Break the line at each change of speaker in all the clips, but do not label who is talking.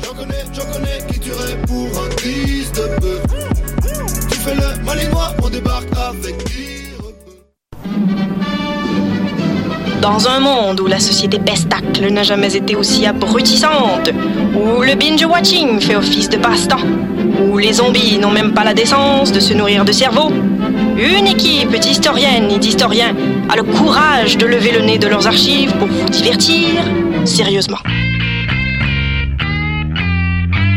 J'en connais qui tuerait pour un 10 de peu. Tu fais le malinois, on débarque avec
Dans un monde où la société pestacle n'a jamais été aussi abrutissante, où le binge-watching fait office de passe-temps, où les zombies n'ont même pas la décence de se nourrir de cerveau, une équipe d'historiennes et d'historiens a le courage de lever le nez de leurs archives pour vous divertir sérieusement.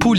Pool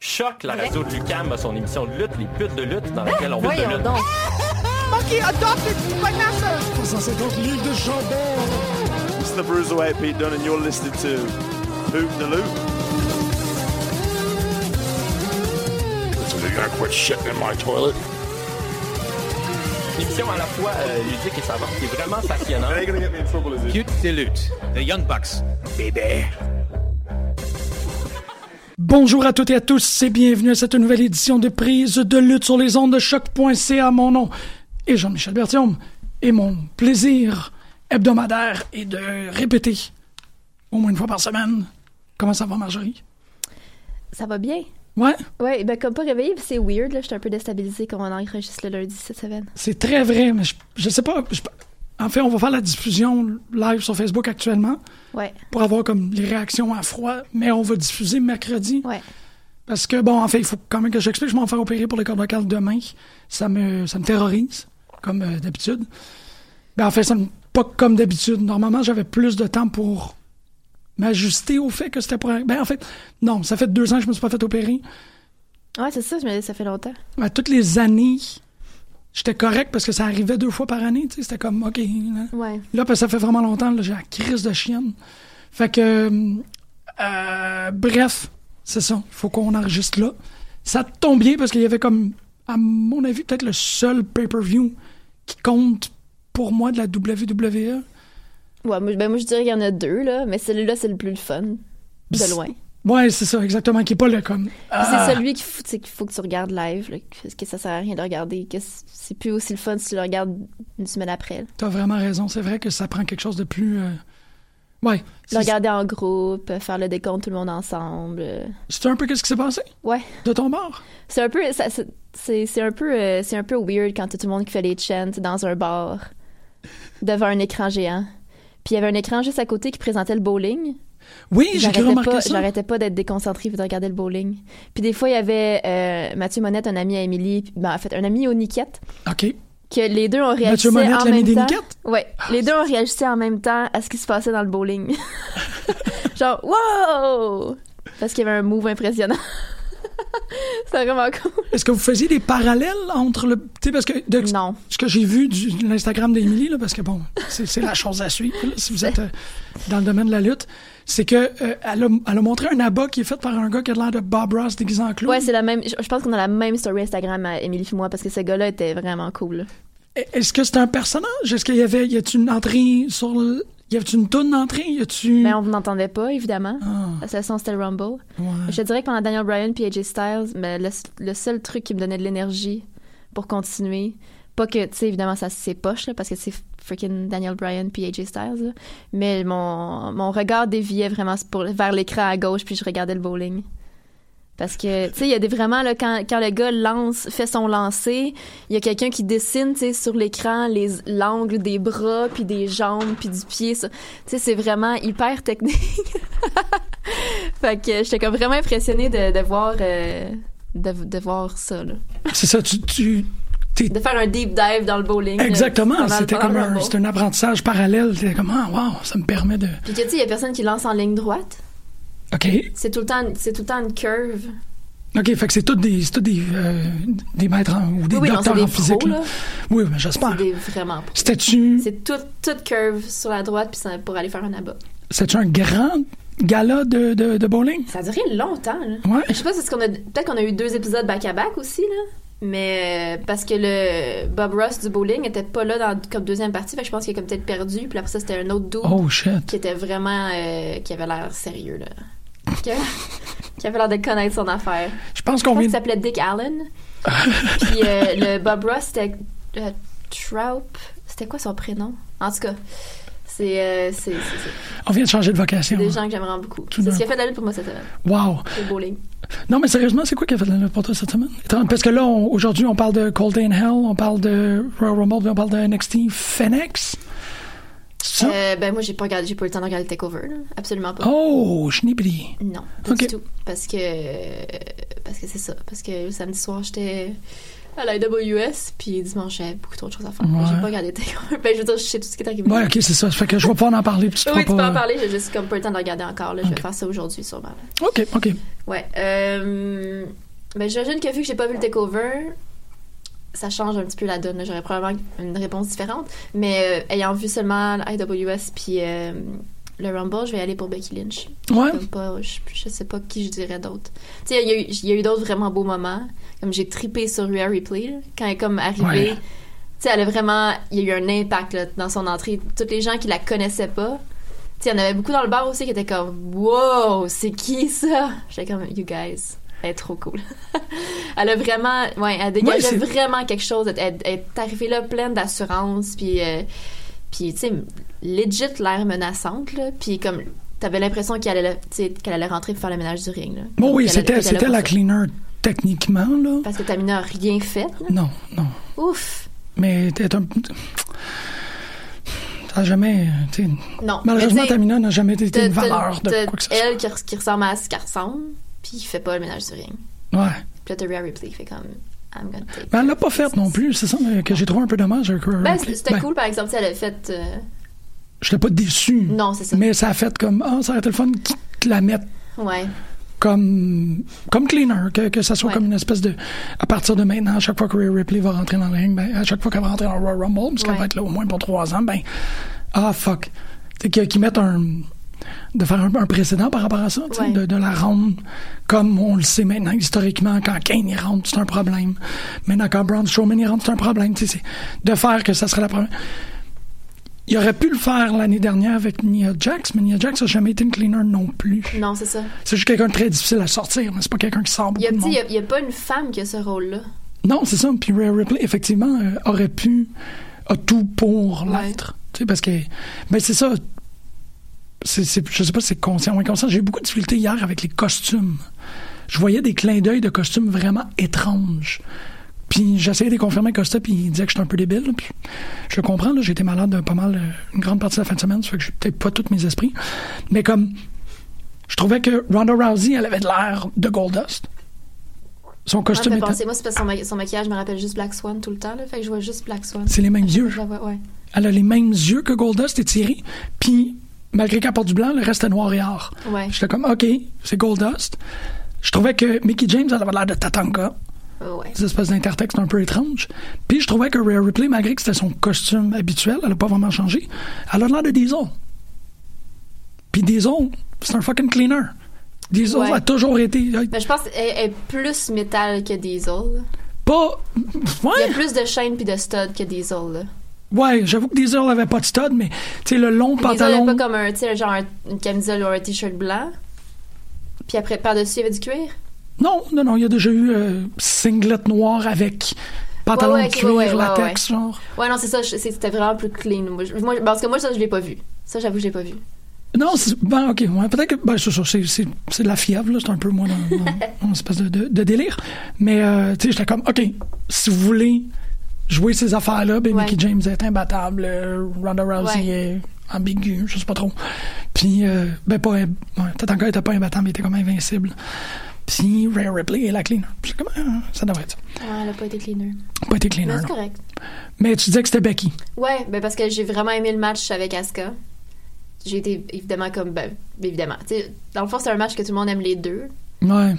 Choc, la radio de Lucam a son émission de lutte, les putes de lutte, dans laquelle on va de lutte.
Ok, adopte les menaces! 350 livres de chambon!
It's the Bruiser AP Dunn and you're listening to Hoop the Loop.
You're gonna quit shitting in my toilet.
Une émission à la fois euh, ludique et savante qui est vraiment passionnante.
Cute Dilute, The Young Bucks, bébé.
Bonjour à toutes et à tous et bienvenue à cette nouvelle édition de prise de lutte sur les ondes de choc.ca. Mon nom est Jean-Michel Bertium et mon plaisir hebdomadaire est de répéter au moins une fois par semaine comment ça va Marjorie.
Ça va bien?
Ouais,
Ouais, ben comme pas réveillé, c'est weird, là. Je suis un peu déstabilisée qu'on enregistre le lundi cette semaine.
c'est très vrai, mais je, je sais pas. je- en fait, on va faire la diffusion live sur Facebook actuellement
Ouais.
pour avoir comme les réactions à froid, mais on va diffuser mercredi.
Ouais.
Parce que, bon, en fait, il faut quand même que j'explique. Je vais m'en faire opérer pour le corps vocal demain. Ça me, ça me terrorise, comme euh, d'habitude. Ben, en fait, ça me, pas comme d'habitude. Normalement, j'avais plus de temps pour m'ajuster au fait que c'était pour. Ben, en fait, non, ça fait deux ans que je me suis pas fait opérer.
Ouais, c'est ça, je me dis, ça fait longtemps.
À toutes les années, j'étais correct parce que ça arrivait deux fois par année. tu sais, C'était comme, OK. là.
Ouais.
Là, parce que ça fait vraiment longtemps, là, j'ai la crise de chienne. Fait que, euh, bref, c'est ça. Il faut qu'on enregistre là. Ça tombe bien parce qu'il y avait comme, à mon avis, peut-être le seul pay-per-view qui compte pour moi de la E. WWE.
Ouais, moi, ben moi je dirais qu'il y en a deux, là, mais celui-là, c'est le plus le fun. De loin.
Ouais, c'est ça, exactement, qui est pas le comme. Ah.
C'est celui qu'il faut, tu sais, qu'il faut que tu regardes live, là, parce que ça sert à rien de le regarder, que c- c'est plus aussi le fun si tu le regardes une semaine après. là.
T'as vraiment raison. C'est vrai que ça prend quelque chose de plus. euh, Ouais.
Le
C'est
regarder en groupe, euh, faire le décompte tout le monde ensemble. euh.
c'est un peu qu'est-ce qui s'est passé
Ouais.
de ton bord.
C'est un peu, ça- c'est- c'est c'est un peu, euh, c'est un peu weird quand t'as tout le monde qui fait les chants dans un bar devant un écran géant. Puis il y avait un écran juste à côté qui présentait le bowling.
Oui, j'ai cru
J'arrêtais
remarquer
pas,
ça.
j'arrêtais pas d'être déconcentrée et de regarder le bowling. Puis des fois il y avait euh, Mathieu Monette, un ami à Émilie, puis- ben en fait un ami au Niquette,
OK.
que les deux ont réagi
Mathieu
en
Monette, l'ami
même
des Ah,
temps.
Niquettes?
Ouais, les deux ont réagi en même temps à ce qui se passait dans le bowling. Genre wow, parce qu'il y avait un move impressionnant. C'est vraiment cool.
Est-ce que vous faisiez des parallèles entre le. Tu sais, parce que. de- Ce que j'ai vu du- de l'Instagram d'Émilie, là, parce que bon, c'est c'est la chose à suivre, là, si vous êtes euh, dans le domaine de la lutte, c'est que euh, elle, a, elle a montré un abat qui est fait par un gars qui a l'air de Bob Ross déguisé en clown.
Ouais, c'est la même. Je je pense qu'on a la même story Instagram à Émilie et moi parce que ce gars-là était vraiment cool.
E-, Est-ce que c'est un personnage? Est-ce qu'il y avait. Y a-tu une entrée sur le. Y avait-tu une toune d'entrée? Y a-tu.
Mais Ben, on n'entendait pas, évidemment. De toute façon, c'était le Rumble. Je te dirais que pendant Daniel Bryan puis AJ Styles, mais le, le seul truc qui me donnait de l'énergie pour continuer, pas que, tu sais, évidemment, ça c'est poche, là, parce que c'est freaking Daniel Bryan puis AJ Styles, là. mais mon, mon regard déviait vraiment pour- vers l'écran à gauche, puis je regardais le bowling. Parce que, tu sais, il y a des vraiment, là, quand, quand le gars lance, fait son lancer, il y a quelqu'un qui dessine, tu sais, sur l'écran, les l'angle des bras, puis des jambes, puis du pied. ça. Tu sais, c'est vraiment hyper technique. fait que j'étais comme vraiment impressionnée de, de voir, euh, de, de voir ça, là.
C'est ça, tu. tu-
De faire un deep dive dans le bowling. euh,
Exactement,
pendant le
c'était
temps,
comme
là,
un,
bon.
c'était un apprentissage parallèle. C'était comme, ah, wow, ça me permet de.
Puis que, tu sais, il y a personne qui lance en ligne droite.
OK.
C'est tout le temps, c'est tout le temps une curve.
OK, fait que c'est tous des, c'est tous des, euh, des maîtres en- ou des
Oui, oui, non,
docteurs
c'est des
en physique.
pros,
là.
là.
Oui, mais j'espère.
C'est des vraiment pros.
C'était-tu
C'est toute toute curve sur la droite puis ça- pour aller faire un abat.
c'était-tu un grand gala de, de, de bowling?
Ça a duré longtemps. Là.
Ouais.
Je sais pas si c'est ce qu'on a. Peut-être qu'on a eu deux épisodes back à back aussi là. Mais euh, parce que le Bob Ross du bowling était pas là dans, comme deuxième partie, fait que je pense qu'il a comme peut-être perdu. Puis après ça c'était un autre dude
Oh, shit.
qui était vraiment euh, qui avait l'air sérieux là, qui avait, qui avait l'air de connaître son affaire.
Je pense
qu'on
vient-
s'appelait Dick Allen. Puis euh, le Bob Ross, c'était euh, Traup. C'était quoi son prénom? En tout cas, c'est euh, c'est- c'est- c'est-
On vient de changer de
c'est
vocation.
des
là.
gens que j'aimerais beaucoup. C'est
Tout d'un
ce qui a fait de la lutte pour moi cette semaine.
Wow.
Le bowling.
Non, mais sérieusement, c'est quoi qui a fait de la lutte pour toi cette semaine? Attends, Parce que là, on- aujourd'hui, on parle de Cold in Hell, on parle de Royal Rumble, puis on parle de NXT Phoenix. Ça?
Euh, ben moi, j'ai pas, regardé- j'ai pas eu le temps de regarder le Takeover. là. Absolument pas.
Oh, schnippity.
Non, pas
Ok.
du tout. Parce que. euh, Parce que c'est ça. Parce que le samedi soir, j'étais à la AWS, puis dimanche, j'avais beaucoup trop de choses à faire.
Ouais.
J'ai pas regardé le Takeover. Ben, je veux dire, je sais tout ce qui est arrivé.
Ouais, ok, c'est ça. Ça fait que je vais pas en parler, puis tu te
oui, tu peux
feras pas.
en parler, j'ai juste comme pas le temps de regarder encore. Là. Je vais faire ça aujourd'hui, sûrement.
Ok, ok.
Ouais. Euh, ben, j'imagine que vu que j'ai pas vu le takeover, ça change un petit peu la donne. là. J'aurais probablement une réponse différente. Mais euh, ayant vu seulement AWS puis euh, le Rumble, je vais aller pour Becky Lynch.
Ouais.
Comme pas- je, je sais pas qui je dirais d'autre. Tu sais, il y a eu- il y a eu, d'autres vraiment beaux moments. Comme j'ai tripé sur Rhea Ripley là, quand elle est comme arrivée.
Ouais.
Tu sais, elle a vraiment. Il y a eu un impact là, dans son entrée. Toutes les gens qui la connaissaient pas. Tu sais, il y en avait beaucoup dans le bar aussi qui étaient comme Wow, c'est qui ça? J'étais comme You guys, elle est trop cool. elle a vraiment. Ouais, elle dégageait
c'est-
vraiment quelque chose. Elle, elle- elle est arrivée là pleine d'assurance. Puis, euh, puis tu sais, legit l'air menaçante. Là, puis comme. T'avais l'impression qu'elle allait, tu sais, qu'elle allait rentrer pour faire le ménage du ring. Là.
Bon, oui,
Qu'elle allait- qu'elle
c'était
allait
c'était
pour
la
ça.
cleaner techniquement, là.
Parce que Tamina a rien fait. là.
Non, non.
Ouf!
Mais t'es un. Ça a jamais. tu sais,
Non, mais
Malheureusement,
t'sais,
Tamina n'a jamais été
T'as-
une valeur
t'as-
de
t'as
quoi que ce
Elle qui, res- qui ressemble à ce qu'elle ressemble, puis qui fait pas le ménage du ring.
soit. Ouais.
Puis là, t'as Rhea Ripley qui fait comme I'm gonna take.
Mais elle l'a pas faite non plus, c'est ça mais que j'ai trouvé un peu dommage. avec Rhea
Ben,
Ripley.
c'était
Ben,
cool, par exemple, si elle a fait. euh,
Je l'ai pas déçu.
Non, c'est ça.
Mais ça a fait comme. Ah, ça aurait été le fun qu'ils te la mettent
Ouais.
comme, comme cleaner, que, que ça soit
Ouais.
comme une espèce de. À partir de maintenant, à chaque fois que Rhea Ripley va rentrer dans le ring, ben, à chaque fois qu'elle va rentrer dans le Royal Rumble, parce qu'elle
Ouais.
va être là au moins pour trois ans, ben. Ah, fuck. Tu sais, qu'ils qu'ils mettent un. De faire un, un précédent par rapport à ça, tu sais,
Ouais.
de, de la ronde, comme on le sait maintenant, historiquement, quand Kane y rentre, c'est un problème. Maintenant, quand Braun Strowman y rentre, c'est un problème. Tu sais, c'est- de faire que ça serait la première. Il aurait pu le faire l'année dernière avec Nia Jax, mais Nia Jax n'a jamais été une cleaner non plus.
Non, c'est ça.
C'est juste quelqu'un de très difficile à sortir, mais c'est pas quelqu'un qui sort
Il y, a,
beaucoup de
tu sais,
monde.
il y a- il y a pas une femme qui a ce rôle-là.
Non, c'est ça. Puis Rhea Ripley, effectivement, euh, aurait pu... a tout pour l'être. Tu sais, parce que... Mais c'est ça. C'est, c'est- je sais pas si c'est conscient ou inconscient. J'ai eu beaucoup de difficultés hier avec les costumes. Je voyais des clins d'œil de costumes vraiment étranges. Puis j'essayais de les confirmer avec Costa, puis il disait que j'étais un peu débile. là, puis je le comprends, là, j'ai été malade euh, pas mal euh, une grande partie de la fin de semaine, ça fait que j'ai peut-être pas tous mes esprits. Mais comme je trouvais que Ronda Rousey, elle avait de l'air de Goldust. Son
Ça me
costume
fait
était-
penser. Moi, c'est parce que son, ma- son maquillage me rappelle juste Black Swan tout le temps, là. Fait que je vois juste Black Swan.
C'est les mêmes yeux.
Je la vois, ouais.
Elle a les mêmes yeux que Goldust et Thierry. Puis, malgré qu'elle porte du blanc, le reste est noir et or.
Ouais.
J'étais comme, OK, c'est Goldust. Je trouvais que Mickey James elle avait l'air de Tatanka.
Ouais.
Des espèces d'intertextes un peu étranges. Puis je trouvais que Rhea Ripley, malgré que c'était son costume habituel, elle n'a pas vraiment changé, elle a l'air de Diesel. Puis Diesel, c'est un fucking cleaner. Diesel
Ouais.
a toujours été. euh,
Mais Ben, je pense qu'elle elle est plus métal que Diesel. là.
Pas. Ouais.
Il y a plus de chaînes puis de studs que Diesel. Là.
Ouais, j'avoue que Diesel n'avait pas de stud, mais tu sais, le long
Diesel
pantalon.
avait pas comme un, tu sais, genre un- une camisole ou un t-shirt blanc. Puis après, par-dessus, il y avait du cuir.
Non, non, non, il y a déjà eu euh, singlet noir avec pantalon
Ouais, ouais,
de
ok,
cuir,
ouais, ouais,
latex,
ouais.
genre.
Ouais, non, c'est ça. je- c'est- C'était vraiment plus clean. Moi, je- moi, parce que moi, ça, je l'ai pas vu. Ça, j'avoue, je l'ai pas vu.
Non, c'est- ben, ok, ouais, peut-être que. Ben, c'est ça, c'est- c'est c'est de la fiable, là, c'est un peu moi, dans, dans une espèce de, de- de délire. Mais, euh, tu sais, j'étais comme, ok, si vous voulez jouer ces affaires-là, ben,
Ouais.
Mickey James est imbattable, euh, Ronda Rousey est ambiguë, je sais pas trop. Puis, euh, ben, pas. im- Ouais, peut-être encore, il était pas imbattable, il était comme invincible. Puis, Ray Ripley est la cleaner. Puis, c'est comme, ah, ça devrait être ça.
Ouais, elle a pas été cleaner.
Pas été
Mais
cleaner.
c'est
non.
correct.
Mais tu disais que c'était Becky.
Ouais, ben parce que j'ai vraiment aimé le match avec Asuka. J'ai été évidemment comme. Ben, évidemment. Tu sais, dans le fond, c'est un match que tout le monde aime les deux.
Ouais.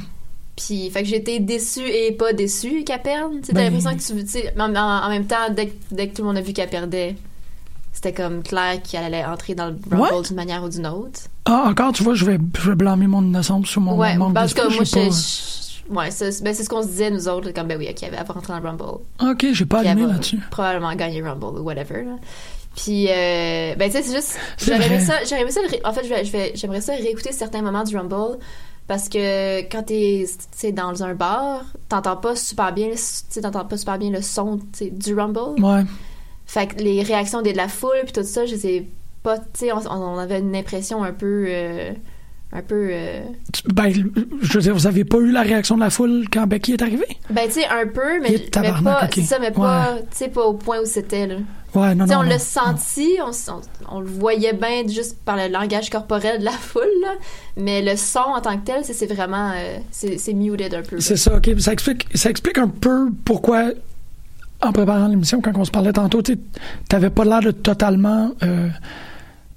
Puis, fait que j'ai été déçue et pas déçue qu'elle perde. Tu sais, T'as
Ben-
l'impression que tu. tu sais, en, en- en même temps, dès que, dès que tout le monde a vu qu'elle perdait, c'était comme clair qu'elle allait entrer dans le Rumble d'une manière ou d'une autre.
Ah, encore, tu vois, je vais, je vais blâmer mon innocence sur mon
ouais,
manque
parce
d'esprit,
que moi,
j'ai pas-
je- je- ouais, c'est ben, c'est ce qu'on se disait, nous autres, comme ben oui, ok, elle va rentrer dans le Rumble.
Ok, j'ai pas
Puis elle
allumé
va
là-dessus.
Probablement gagner Rumble ou whatever. là. Puis, euh, ben, tu sais, c'est juste.
C'est
J'aurais aimé
vrai.
ça. J'aurais aimé ça le ré- en fait, je vais- je vais- j'aimerais ça réécouter certains moments du Rumble parce que quand t'es tu sais, dans un bar, t'entends pas super bien, le- tu sais, t'entends pas super bien le son tu sais, du Rumble.
Ouais.
Fait que les réactions des- de la foule puis tout ça, je sais pas. Tu sais, on, on avait une impression un peu. euh, un peu. euh,
Tu- Ben, je veux dire, vous avez pas eu la réaction de la foule quand Becky est arrivée?
Ben, tu sais, un peu, mais,
Et
mais
tabarnak,
pas,
ok.
c'est ça, mais pas,
Ouais.
tu sais, pas au point où c'était, là.
Ouais, non,
Tu sais,
Ah non.
on
non.
l'a senti, on, s- on, on le voyait bien juste par le langage corporel de la foule, là. mais le son en tant que tel, c'est- c'est vraiment, euh, c'est c'est muted un peu. là.
C'est ça, ok. Ça explique, ça explique un peu pourquoi, en préparant l'émission, quand on se parlait tantôt, tu sais, t'avais pas l'air de totalement euh,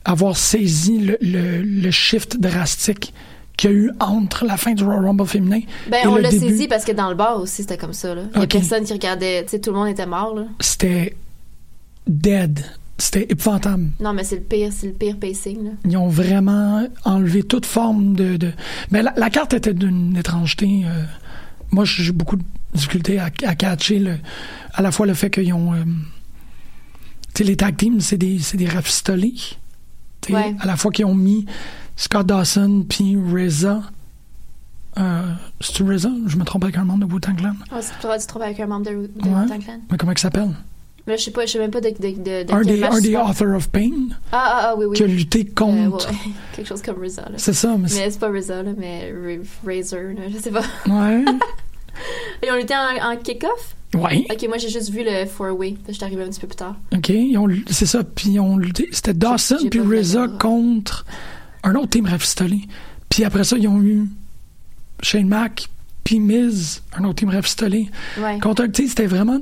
avoir saisi le, le- le shift drastique qu'il y a eu entre la fin du Royal Rumble féminin
Ben,
et
on
le
l'a
début.
saisi parce que dans le bar aussi, c'était comme ça, là. Il y a
Ok.
personne qui regardait, tu sais, tout le monde était mort, là.
C'était dead. C'était épouvantable.
Non, mais c'est le pire, c'est le pire pacing, là.
Ils ont vraiment enlevé toute forme de. de- Mais la, la carte était d'une étrangeté. euh, moi, j'ai beaucoup de difficultés à, à catcher le- à la fois le fait qu'ils ont. euh, tu sais, les tag teams, c'est des, c'est des rafistolés. Tu sais,
Ouais.
À la fois qu'ils ont mis Scott Dawson puis Reza. Euh, C'est-tu Reza Je me trompe avec un membre de Wu-Tang Clan.
Oh, tu te tu te trompes avec un membre de, de
Ouais.
Wu-Tang Clan.
Mais comment il s'appelle
Mais je sais pas, je sais même pas de, de, de, de
Un
quel
des,
match
un des
tu parles.
Author of Pain
Ah, ah, ah, oui, oui.
qui a lutté
Euh,
contre.
ouais, ouais. Quelque chose comme RZA. là.
C'est ça, mais c'est-
Mais c'est pas RZA, là, mais Ra- Razor, là, je sais pas.
Ouais.
Ils ont lutté en, en kick-off?
Ouais.
Ok, moi j'ai juste vu le four-way, parce que je suis arrivée un petit peu plus tard.
OK, ils ont- c'est ça. Puis ils ont lutté. C'était Dawson puis Reza contre un autre team rafistolé. Puis après ça, ils ont eu Shane Mack puis Miz, un autre team rafistolé.
Ouais.
Contre un, tu sais, c'était vraiment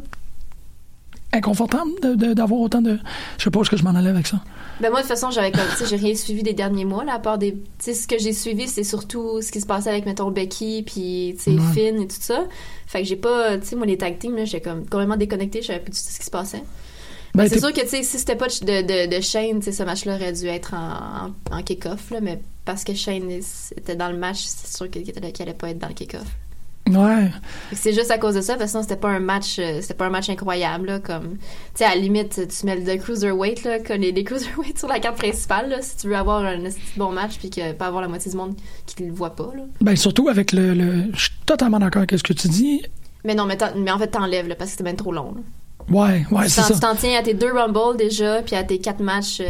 inconfortable de- de- d'avoir autant de... Je sais pas où est-ce que je m'en allais avec ça.
Ben moi, de toute façon, j'avais comme, tu sais, j'ai rien suivi des derniers mois, là, à part des. Tu sais, ce que j'ai suivi, c'est surtout ce qui se passait avec, mettons, Becky, puis, tu sais,
Ouais.
Finn et tout ça. Fait que j'ai pas. Tu sais, moi, les tag teams, là, j'étais comme complètement déconnectée, je savais plus du tout ce qui se passait.
Ben,
Mais c'est
t'es-
sûr que, tu sais, si c'était pas de, de, de Shane, tu sais, ce match-là aurait dû être en, en, en kick-off, là, mais parce que Shane était dans le match, c'est sûr qu'il était- qu'il allait pas être dans le kick-off.
Ouais.
Fait que C'est juste à cause de ça, parce que sinon, c'était pas un match, euh, c'était pas un match incroyable, là, comme, tu sais, à la limite, tu mets le cruiserweight, là, que les, les cruiserweights sur la carte principale, là, si tu veux avoir un esti de bon match, puis que pas avoir la moitié du monde qui le voit pas, là.
Ben surtout avec le... le- Je suis totalement d'accord avec ce que tu dis.
Mais non, mais, t'en- mais en fait, t'enlèves, là, parce que c'est bien trop long, là.
Ouais, ouais,
Tu
Ah, c'est
t'en-
ça.
tu t'en tiens à tes deux Rumble, déjà, puis à tes quatre matchs euh,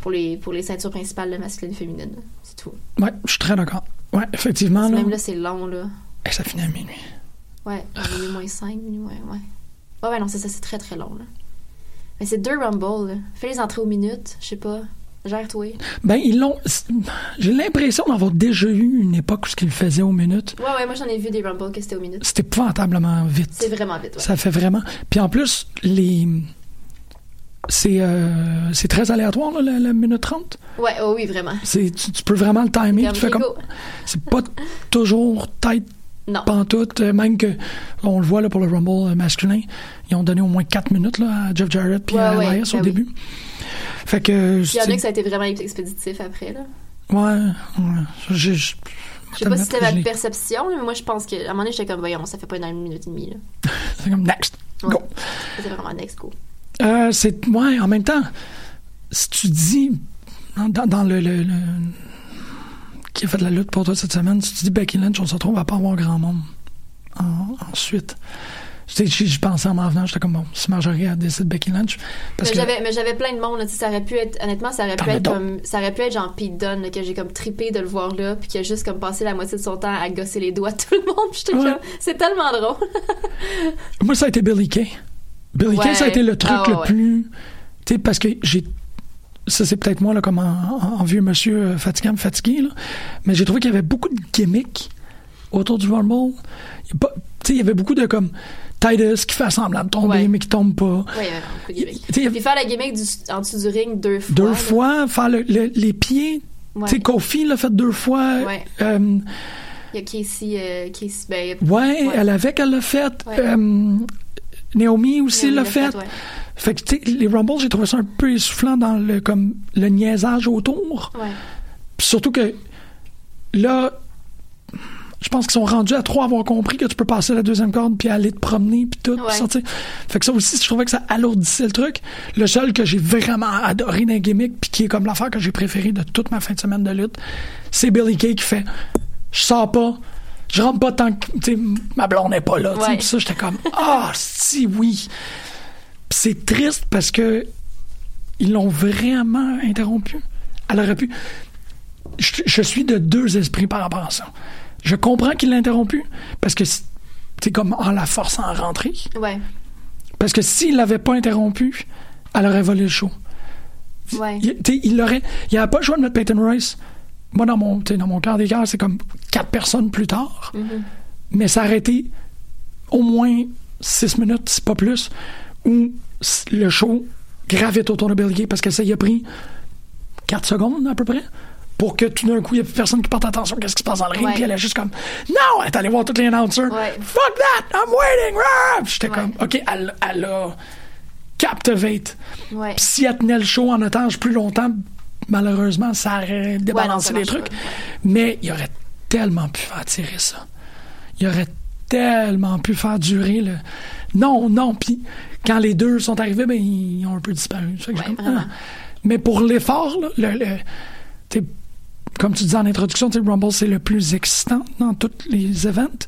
pour, les, pour les ceintures principales, là, masculine et féminine, là. c'est tout.
Ouais, je suis très d'accord. Ouais, effectivement. Là,
Même là, c'est long, là.
Hey, ça finit à minuit.
Ouais, minuit moins 5, minuit moins, ouais. Ouais, ouais, non, c'est ça, c'est très très long, là. Mais c'est deux Rumble, là. Fais les entrées aux minutes, je sais pas. Gère-toi.
Ben, ils l'ont... J'ai l'impression d'avoir déjà eu une époque où ce qu'ils faisaient aux minutes,
Ouais, ouais, moi j'en ai vu des Rumble que c'était aux minutes.
c'était épouvantablement vite.
C'est vraiment vite, ouais.
Ça fait vraiment. Puis en plus, les, c'est euh, c'est très aléatoire, là, la, la minute 30.
Ouais, oh oui, vraiment.
C'est, tu, tu peux vraiment le timer.
Comme
Tu fais comme,
Rigo.
c'est pas toujours tête
Non.
pantoute, euh, même que on le voit là, pour le Rumble euh, masculin, ils ont donné au moins 4 minutes là, à Jeff Jarrett puis
Ouais,
à
ouais,
Elias
ben
au
oui.
début. Fait que
Puis il y en a
c'est-
que ça a été vraiment expéditif après, là.
ouais, ouais, j'ai- j'ai-
Je sais pas si c'était ma
je l'ai-
perception, là, mais moi, je pense que à un moment donné, j'étais comme, voyons, ça fait pas une minute et demie, là.
c'est comme next.
Ouais. C'était vraiment next go.
Euh, c'est ouais, en même temps, si tu dis dans, dans- dans le, le- le- qui a fait la lutte pour toi cette semaine, si tu dis Becky Lynch, on se retrouve à pas avoir grand monde en- ensuite. Tu sais, J'y j'y pensais en m'en venant, j'étais comme bon, si Marjorie a décidé Becky Lynch, parce
Mais
que
j'avais, mais j'avais plein de monde, là, tu sais, ça aurait pu être, honnêtement, ça aurait
T'en
pu
as
être
d'autres.
comme, ça aurait pu être genre Pete Dunne, là, que j'ai comme trippé de le voir là, puis qui a juste comme passé la moitié de son temps à gosser les doigts de tout le monde, puis j'étais
Ouais.
comme, c'est tellement drôle.
moi ça a été Billy Kay. Billy Kay,
Ouais.
ça a été le truc
Ah,
le
ouais.
plus, tu sais, parce que j'ai ça c'est peut-être moi là comme en, en- en vieux monsieur euh, fatigant fatigué là, mais j'ai trouvé qu'il y avait beaucoup de gimmicks autour du Rumble. Il y a pas- tu sais, il y avait beaucoup de comme Titus qui fait semblant de tomber mais qui tombe pas.
ouais, ouais, beaucoup de gimmick.
Tu sais,
Puis faire la gimmick du, en dessous du ring deux fois.
Deux
là.
fois, faire le- le- les pieds.
Ouais.
Tu sais, Kofi l'a fait deux fois.
Ouais.
Euh,
Il y a Casey, euh, Casey, ben,
ouais, elle avec, elle l'a fait.
Ouais.
Euh, Naomi aussi
Naomi
l'a
l'a
fait.
fait, ouais.
Fait que, tu sais, les Rumbles, j'ai trouvé ça un peu essoufflant dans le, comme, le niaisage autour.
Ouais.
Puis surtout que là, je pense qu'ils sont rendus à trois avoir compris que tu peux passer la deuxième corde puis aller te promener puis tout puis
Ouais.
sortir. Fait que ça aussi, je trouvais que ça alourdissait le truc. Le seul que j'ai vraiment adoré d'un gimmick puis qui est comme l'affaire que j'ai préférée de toute ma fin de semaine de lutte, c'est Billy Kay qui fait je sors pas, je rentre pas tant que tu sais, ma blonde n'est pas là. tu sais.
Ouais.
Puis ça, j'étais comme ah si oui. Puis c'est triste parce que ils l'ont vraiment interrompu. Elle aurait pu. Je, je suis de deux esprits par rapport à ça. Je comprends qu'il l'a interrompu parce que c'est c'est comme en la forçant à rentrer.
Ouais,
Parce que s'il l'avait pas interrompu, elle aurait volé le show.
ouais.
Il, t'sais, il aurait, il n'aurait pas le choix de mettre Peyton Royce. Moi, dans mon, t'sais, dans mon cœur des cœurs, c'est comme quatre personnes plus tard.
Mm-hmm.
Mais ça aurait été au moins six minutes, si pas plus, où s- le show gravite autour de Bill Gates parce que ça y a pris quatre secondes à peu près. Pour que tout d'un coup, il n'y ait plus personne qui porte attention à ce qui se passe dans le ring.
Ouais.
Puis elle est juste comme Non! Elle est allée voir tous les announcers.
Ouais.
Fuck that! I'm waiting! Rah! Puis J'étais comme OK, elle, elle a captivate.
Ouais.
Puis si elle tenait le show en otage plus longtemps, malheureusement, ça aurait débalancé
Ouais, non,
les
ça marche
trucs. Mais il aurait tellement pu faire tirer ça. Il aurait tellement pu faire durer le. Non, non. Puis quand les deux sont arrivés, ben, ils ont un peu disparu. Fait que j'ai comme, Ah. Mais pour l'effort, là, le, le- t'sais, comme tu disais en introduction, t'sais, le Rumble, c'est le plus excitant dans tous les events.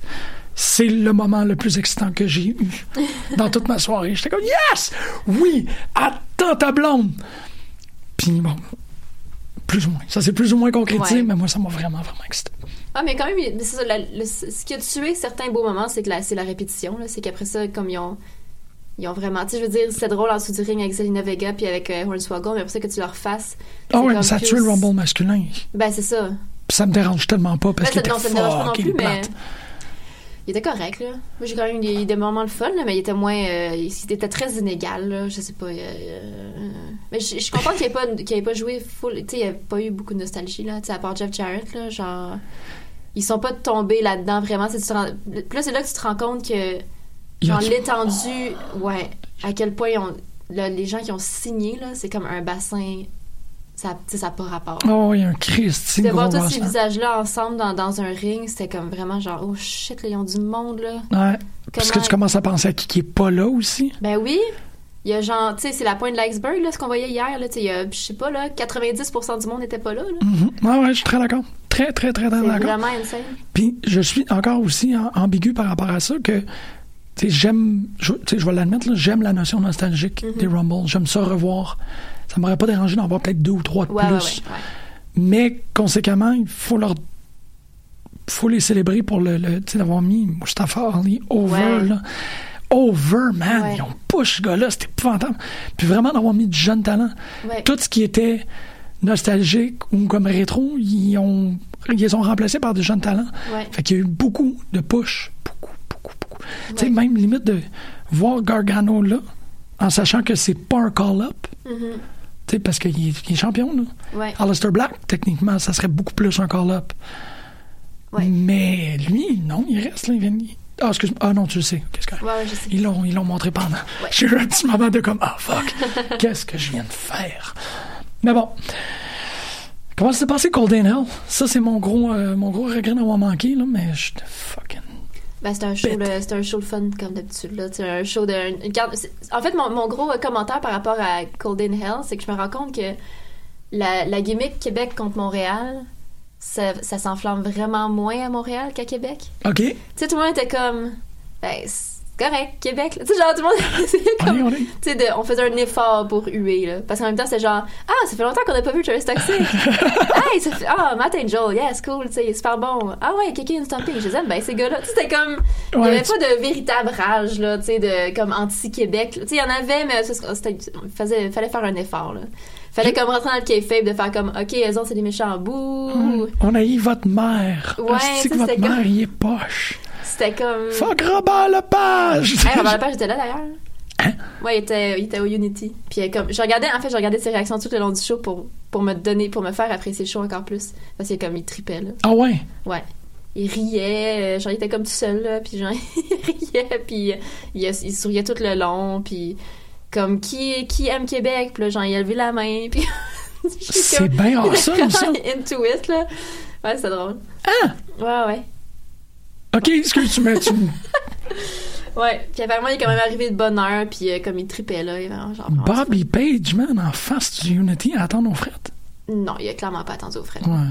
C'est le moment le plus excitant que j'ai eu dans toute ma soirée. J'étais comme Yes! Oui! Attends ta blonde! Puis bon, plus ou moins. Ça s'est plus ou moins concrétisé,
Ouais.
mais moi, ça m'a vraiment, vraiment excité.
Ah, mais quand même, il- mais c'est ça, la- le- ce qui a tué certains beaux moments, c'est que la, c'est la répétition. là. C'est qu'après ça, comme ils ont, ils ont vraiment. Tu sais, je veux dire, c'était drôle en dessous du ring avec Selena Vega puis avec euh, Hornswoggle, mais après ça, que tu leur fasses.
Ah
c'est
ouais, mais
comme
ça a
plus-
tué le Rumble masculin.
Ben, c'est ça.
Puis ça me dérange tellement pas parce
Ben,
qu'il
ça- non, ça
était
me dérange pas non
fucking
plus, mais.
plate.
Il était correct, là. Moi, j'ai quand même eu des, des moments de fun, là, mais il était moins. euh, il il était très inégal, là. Je sais pas. euh, euh, mais je je suis contente qu'il ait pas, qu'il ait pas joué full. Tu sais, il n'y a pas eu beaucoup de nostalgie, là. Tu sais, à part Jeff Jarrett, là. Genre. Ils sont pas tombés là-dedans, vraiment. C'est- tu te rends- Puis là, c'est là que tu te rends compte que.
Il y a
Genre,
du-
l'étendue.
Oh.
Ouais. À quel point ils ont- là, les gens qui ont signé, là, c'est comme un bassin. Ça, tu sais, ça n'a pas rapport.
Oh, il y a un Christ,
De
gros
voir tous
bassin.
ces visages-là ensemble dans, dans un ring, c'était comme vraiment genre, oh shit, là, ils ont du monde, là.
Ouais. Parce que
Comment-
tu commences à penser à qui qui est pas là aussi.
Ben oui, il y a genre, tu sais, c'est la pointe de l'iceberg, là, ce qu'on voyait hier, là, tu sais, il y a, je sais pas, là, 90% du monde n'était pas là, là.
Mhm. Ouais, ouais, je suis très d'accord. Très, très, très, très
C'est
d'accord.
vraiment insane.
Puis je suis encore aussi en- ambigu par rapport à ça que tu sais, j'aime, je, tu sais, je vais l'admettre, là, j'aime la notion nostalgique
Mm-hmm.
des Rumbles. J'aime ça revoir. Ça m'aurait pas dérangé d'en voir peut-être deux ou trois de
Ouais, ouais,
plus.
ouais, ouais.
Mais conséquemment, il faut leur faut les célébrer pour le, le- tu sais, d'avoir mis Mustafa Ali over.
Ouais.
là. Over, man.
Ouais.
Ils ont push ce gars-là. C'était épouvantable. Puis vraiment d'avoir mis du jeune talent.
Ouais.
Tout ce qui était nostalgique ou comme rétro, ils ont ils les ont remplacés par des jeunes talents.
Ouais.
Fait qu'il y a eu beaucoup de push. Beaucoup, beaucoup, beaucoup. Tu sais, même limite de voir Gargano là, en sachant que c'est pas un call-up.
Mhm.
Tu sais, parce qu'il est, il est champion, là.
Ouais.
Alistair Black, techniquement, ça serait beaucoup plus un call-up. Mais lui, non, il reste, là. Il vient... Ah, excuse Ah non, tu le sais. Qu'est-ce que...
Ouais, ouais, je sais.
Ils l'ont, ils l'ont montré pendant.
Ouais.
J'ai eu un petit moment de comme, ah fuck, qu'est-ce que je viens de faire? Mais bon. Comment ça s'est passé Cold in Hell? Ça, c'est mon gros, euh, mon gros regret d'avoir manqué, là, mais je te fucking.
Ben, c'est un show, le, c'est un show le fun comme d'habitude là. C'est un show de. une- une garde- c'est- en fait, mon, mon gros euh, commentaire par rapport à Cold in Hell, c'est que je me rends compte que la, la gimmick Québec contre Montréal, ça, ça s'enflamme vraiment moins à Montréal qu'à Québec.
OK?
Tu sais, tout le monde était comme, ben c'est correct, Québec. là. Tu sais, genre tout le monde, essayait comme, tu sais, de- on faisait un effort pour huer là. Parce qu'en même temps, c'était genre, ah, ça fait longtemps qu'on n'a pas vu Travis Toxic. hey, ça fait, ah, Matt Angel, yes, cool, tu sais, il est super bon. Ah ouais, Kiki and Stomping, je les aime, ben ces gars-là. Tu sais, c'était comme, il n'y
Ouais,
avait
tu-
pas de véritable rage là, tu sais, de comme anti-Québec. là. Tu sais, il y en avait, mais c'est parce que c'était- faisait, fallait faire un effort là. Fallait comme rentrer dans le kayfabe de faire comme, ok, elles ont c'est des méchants en bout.
On a eu votre mère.
Ouais,
c'est que
ça,
votre
c'était comme-
mère, il est poche.
C'était comme.
Fuck Robert Lepage!
Hey, Robert Lepage était là d'ailleurs.
Hein?
Ouais, il était, il était au Unity. Puis euh, comme je regardais, en fait, je regardais ses réactions tout le long du show pour, pour me donner, pour me faire apprécier le show encore plus. Parce que comme il tripait là.
Ah ouais?
Ouais. Il riait, euh, genre il était comme tout seul là, puis genre il riait, puis euh, il, a- il souriait tout le long, puis comme qui qui aime Québec, puis là, genre il a levé la main, puis
C'est bien awesome, ça.
Into it là. Ouais, c'est drôle.
Hein?
Ah. Ouais ouais.
OK, excuse, tu me. tu me-
Ouais, puis apparemment, il est quand même arrivé de bonne heure, puis euh, comme il tripait là, il est vraiment genre.
Bobby Page, man, en face du Unity, à attendre nos frettes.
Non, il a clairement pas attendu au frais.
Ouais.